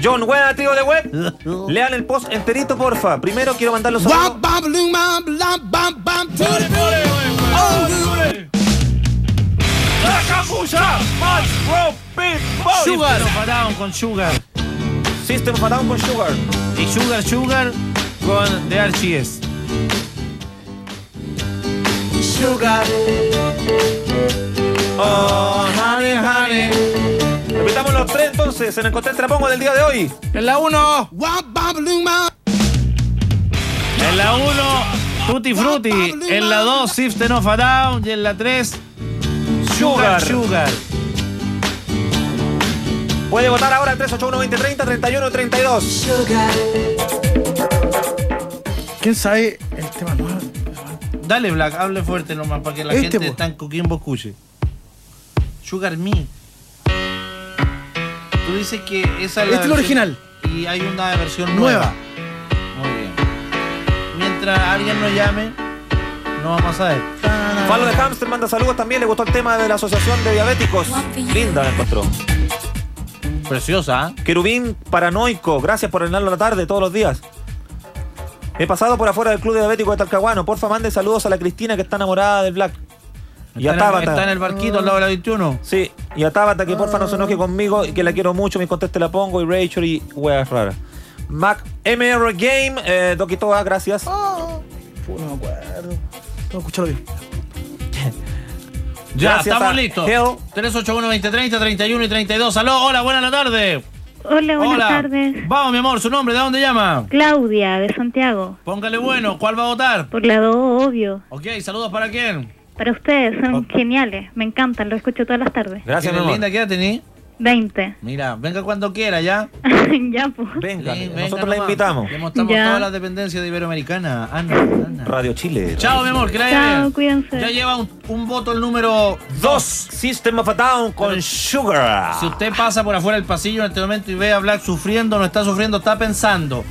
John, buena, tío de web. Lean el post enterito, porfa. Primero quiero mandar los saludos.
Sugar. Nos pararon con Sugar.
System of a Down con Sugar.
Y Sugar Sugar con The Archies.
Sugar. Oh, honey, honey. Repitamos los tres entonces en el contest te la pongo del día de hoy.
En la 1. En la 1, Tutti Frutti. En la 2, System of a Down. Y en la 3, Sugar.
Sugar. Puede votar ahora al 381 31 32
¿Quién sabe el tema nuevo?
Dale, Black, hable fuerte nomás para que la
Este,
gente
po.
está en Coquimbo escuche. Sugar Me. Tú dices que esa es
Este
la.
es el original.
Y hay una versión
Nueva.
nueva. Muy bien. Mientras alguien nos llame, no vamos a saber.
Pablo de Hamster manda saludos también. Le gustó el tema de la Asociación de Diabéticos. Linda la encontró.
Preciosa, ¿eh?
Querubín Paranoico, gracias por ordenarlo a la tarde todos los días. He pasado por afuera del Club Diabético de Talcahuano. Porfa, mande saludos a la Cristina que está enamorada del Black. Y a
Está en el-
Tabata.
está en el barquito al lado de la 21.
Sí, y a Tabata que porfa no se enoje conmigo y que la quiero mucho. Mi conteste la pongo y Rachel y weas raras. Mac MR Game, eh, Doquitoa, gracias.
Puh, Oh. no me acuerdo. Tengo que escucharlo bien.
Ya,
Gracias
estamos
a
listos.
Geo.
381-2030, 31 y 32. Aló, hola, buena la tarde.
Hola, buenas tardes.
Vamos, mi amor, su nombre, ¿de dónde llama?
Claudia, de Santiago.
Póngale bueno, ¿cuál va a votar?
Mm. Por la 2, obvio.
Ok, saludos para quién.
Para ustedes, son geniales. Me encantan, lo escucho todas las tardes.
Gracias,
mi amor.
linda, ¿qué edad tení?
20.
Mira, venga cuando quiera, ¿ya?
ya, pues.
Venga,
Sí, venga
nosotros la
nomás.
invitamos.
Le mostramos
Ya.
todas las dependencias de Iberoamericana. Ana, Ana.
Radio Chile.
Chao, mi amor, que la haya
Chao,
bien.
cuídense.
Ya lleva un, un voto el número
2. System of a Down con Sugar.
Si usted pasa por afuera del pasillo en este momento y ve a Black sufriendo, no está sufriendo, está pensando.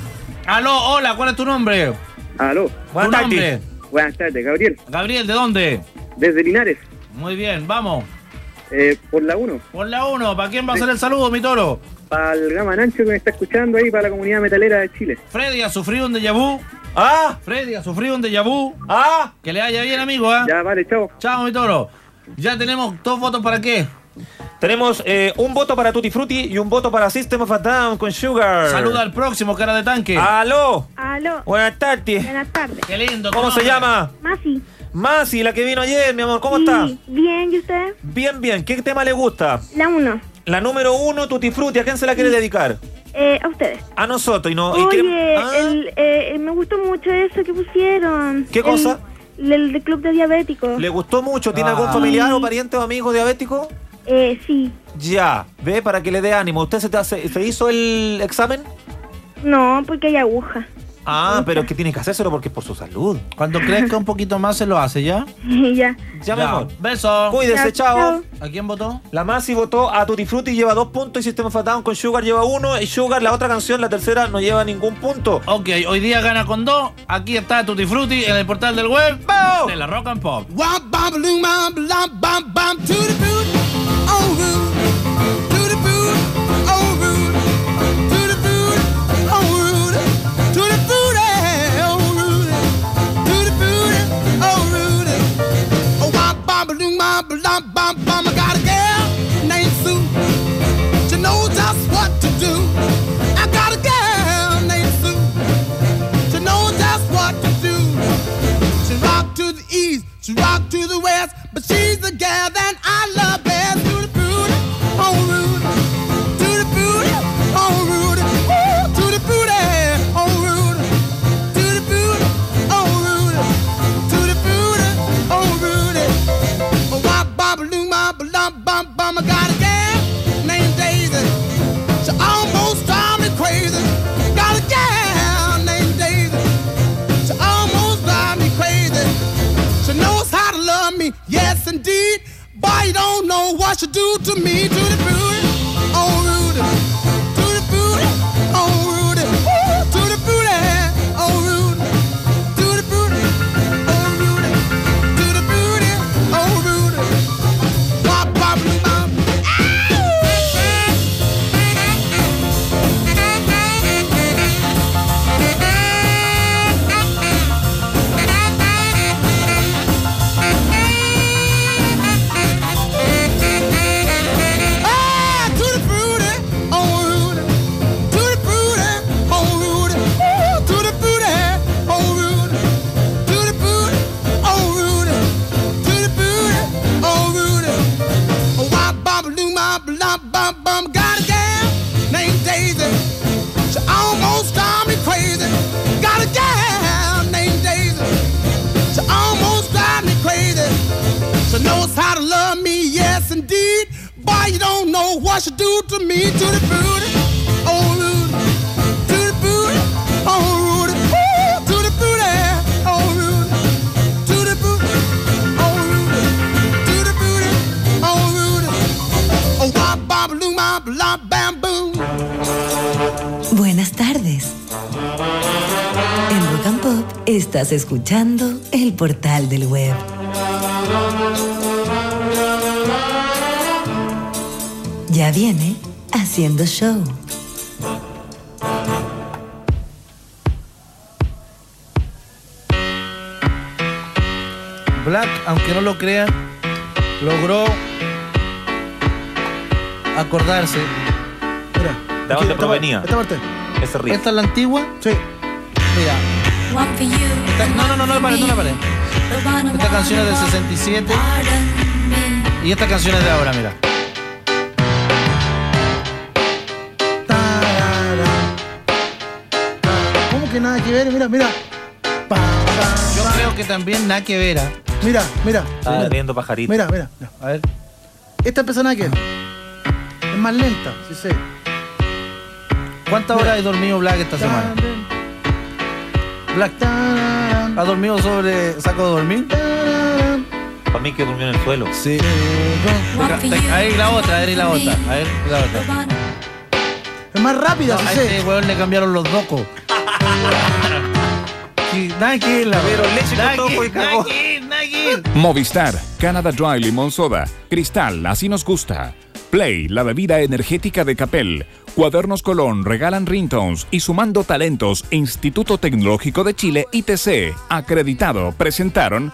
Aló, hola, ¿cuál es tu nombre?
Aló.
Buenas ¿Tu nombre?
Buenas tardes, Gabriel.
Gabriel, ¿de dónde?
Desde Linares.
Muy bien, vamos.
Eh, por la 1.
Por la 1, ¿para quién va a ser el saludo, mi toro?
Para el Gama Nancho que me está escuchando ahí, para la comunidad metalera de Chile.
Freddy ha sufrido un déjà vu.
Ah.
Freddy ha sufrido un déjà vu.
Ah.
Que le vaya bien, amigo, ¿eh?
Ya, vale, chao.
Chao, mi toro. Ya tenemos dos votos para qué.
Tenemos eh, un voto para Tutti Frutti y un voto para System of a Down con Sugar.
Saluda al próximo, cara de tanque.
Aló.
Aló.
Buenas tardes.
Buenas tardes.
Qué lindo.
¿Cómo se llama?
Masi.
Masi, la que vino ayer, mi amor, ¿cómo está?
Bien, ¿y usted?
Bien, bien. ¿Qué tema le gusta?
La 1.
La número uno, Tutti Frutti, ¿a quién se la quiere dedicar?
Eh, a ustedes.
A nosotros. Y no, y
Oye,
queremos- Ah,
el, eh, me gustó mucho eso que pusieron.
¿Qué
El-
cosa?
El, del club de diabéticos.
¿Le gustó mucho? ¿Tiene algún
Ah.
familiar o pariente o amigo diabético?
Eh, sí.
Ya, ve para que le dé ánimo. ¿Usted se, te hace- se hizo el examen?
No, porque hay aguja.
Ah, pero es que tiene que hacérselo porque es por su salud.
Cuando crezca un poquito más se lo hace, ¿ya?
ya.
Ya, mi amor.
Beso.
Cuídese, chao.
¿A quién votó?
La Masi votó a Tutti Frutti lleva dos puntos y Sistema Fatdown con Sugar lleva uno. Y Sugar, la otra canción, la tercera, no lleva ningún punto.
Ok, hoy día gana con dos. Aquí está Tutti Frutti en el portal del web de la Rock and Pop.
Wop bop loom bop lop bop bop to the boot, oh root, to the boot, oh root, to the boot, oh root, to the boot, eh, oh root, to the boot, oh root. Oh wop bop loom bop lop bop bop. I got a girl named Sue, she knows just what to do. I got a girl named Sue, she knows just what to do. She rock to the east, she rock to the west, but she's the gal that I love best. To the booty, oh Rudy, to the booty, oh Rudy, Ooh, to the booty, oh Rudy, to the booty, oh Rudy, to the booty, oh Rudy. Oh, wop, bop, loom, bop, lump, bump, bump. I got a gal named Daisy, she almost drives me crazy. Got a gal named Daisy. She almost drives me crazy. She knows how to love me, yes indeed. Boy, you don't know what she do to me. To the booty, oh Rudy. To the booty, oh Rudy. Ooh, to the booty, oh Rudy. To the booty, oh Rudy. To the booty, oh Rudy. Wop, wop, loop, wop. Ah, to the booty, oh Rudy. To the booty, oh Rudy. Ooh, to the booty, oh Rudy. To the booty, oh Rudy. To the booty, oh Rudy. Oh, wop, bop, loom, bop, lop, bop, bop. Got a gal named Daisy. She almost drives me crazy. Got a gal named Daisy. She almost drives me crazy. She knows how to love me, yes indeed. Boy, you don't know what she do to me. To the booty, oh Rudy. To the booty, oh Rudy. Ooh, to the booty, oh Rudy. To the booty, oh Rudy. To the booty, oh Rudy. Oh, wop, bop, loom, bop, lop, bam, boom.
Buenas tardes. En Rock and Pop estás escuchando el portal del web. Ya viene haciendo show.
Black, aunque no lo crean, logró acordarse.
¿De dónde provenía?
esta parte.
Ese riff.
¿Esta es la antigua? Sí. Mira. Esta- no, no, no, no la pares, no la pares. Esta canción es del 67. Y esta canción es de ahora, mira.
¿Cómo que nada que ver? Mira, mira. Pa, pa.
Yo creo que también nada que ver. ¿ah?
Mira, mira.
Estaba viendo pajarito.
Mira, mira. mira.
A ver.
Esta empieza nada que ver. Es más lenta, sí sé.
¿Cuántas horas he dormido Black esta semana? Black. ¿Ha dormido sobre saco de dormir?
Para mí que durmió en el suelo.
Sí. Ahí la otra, ahí la otra. A ver, la otra.
Es más rápida,
No,
sí
a
sé.
este weón le cambiaron los docos. Sí, Nada que ver, la
Pero leche con
Nada que-
toco y
nada
cagó.
que ver, nada que ver.
Movistar, Canada Dry Limon Soda, Cristal, así nos gusta. Play, la bebida energética de Capel. Cuadernos Colón regalan ringtones y sumando talentos, Instituto Tecnológico de Chile, ITC, acreditado, presentaron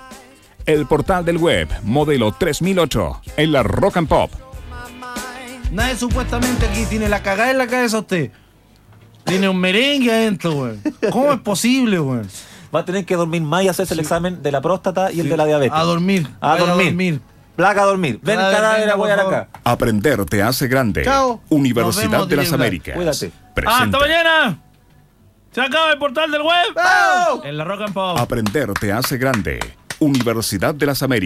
el portal del web, modelo 3008, en la Rock and Pop.
Nadie supuestamente aquí tiene la cagada en la cabeza usted. Tiene un merengue adentro, weón. ¿Cómo es posible, weón?
va a tener que dormir más y hacerse el examen de la próstata y el de la diabetes.
A dormir.
A
Vaya a
dormir. Placa a dormir. Ven
Cada vez
cadáver
venga,
a
por
huear
favor.
acá.
Aprender te hace grande.
Chao.
Universidad
Nos vemos,
de las
Diego Blas.
Américas.
Cuídate.
Ah,
Presenta.
¡Hasta mañana! Se acaba el portal del web. En la Rock and Pop.
Aprender te hace grande. Universidad de las Américas.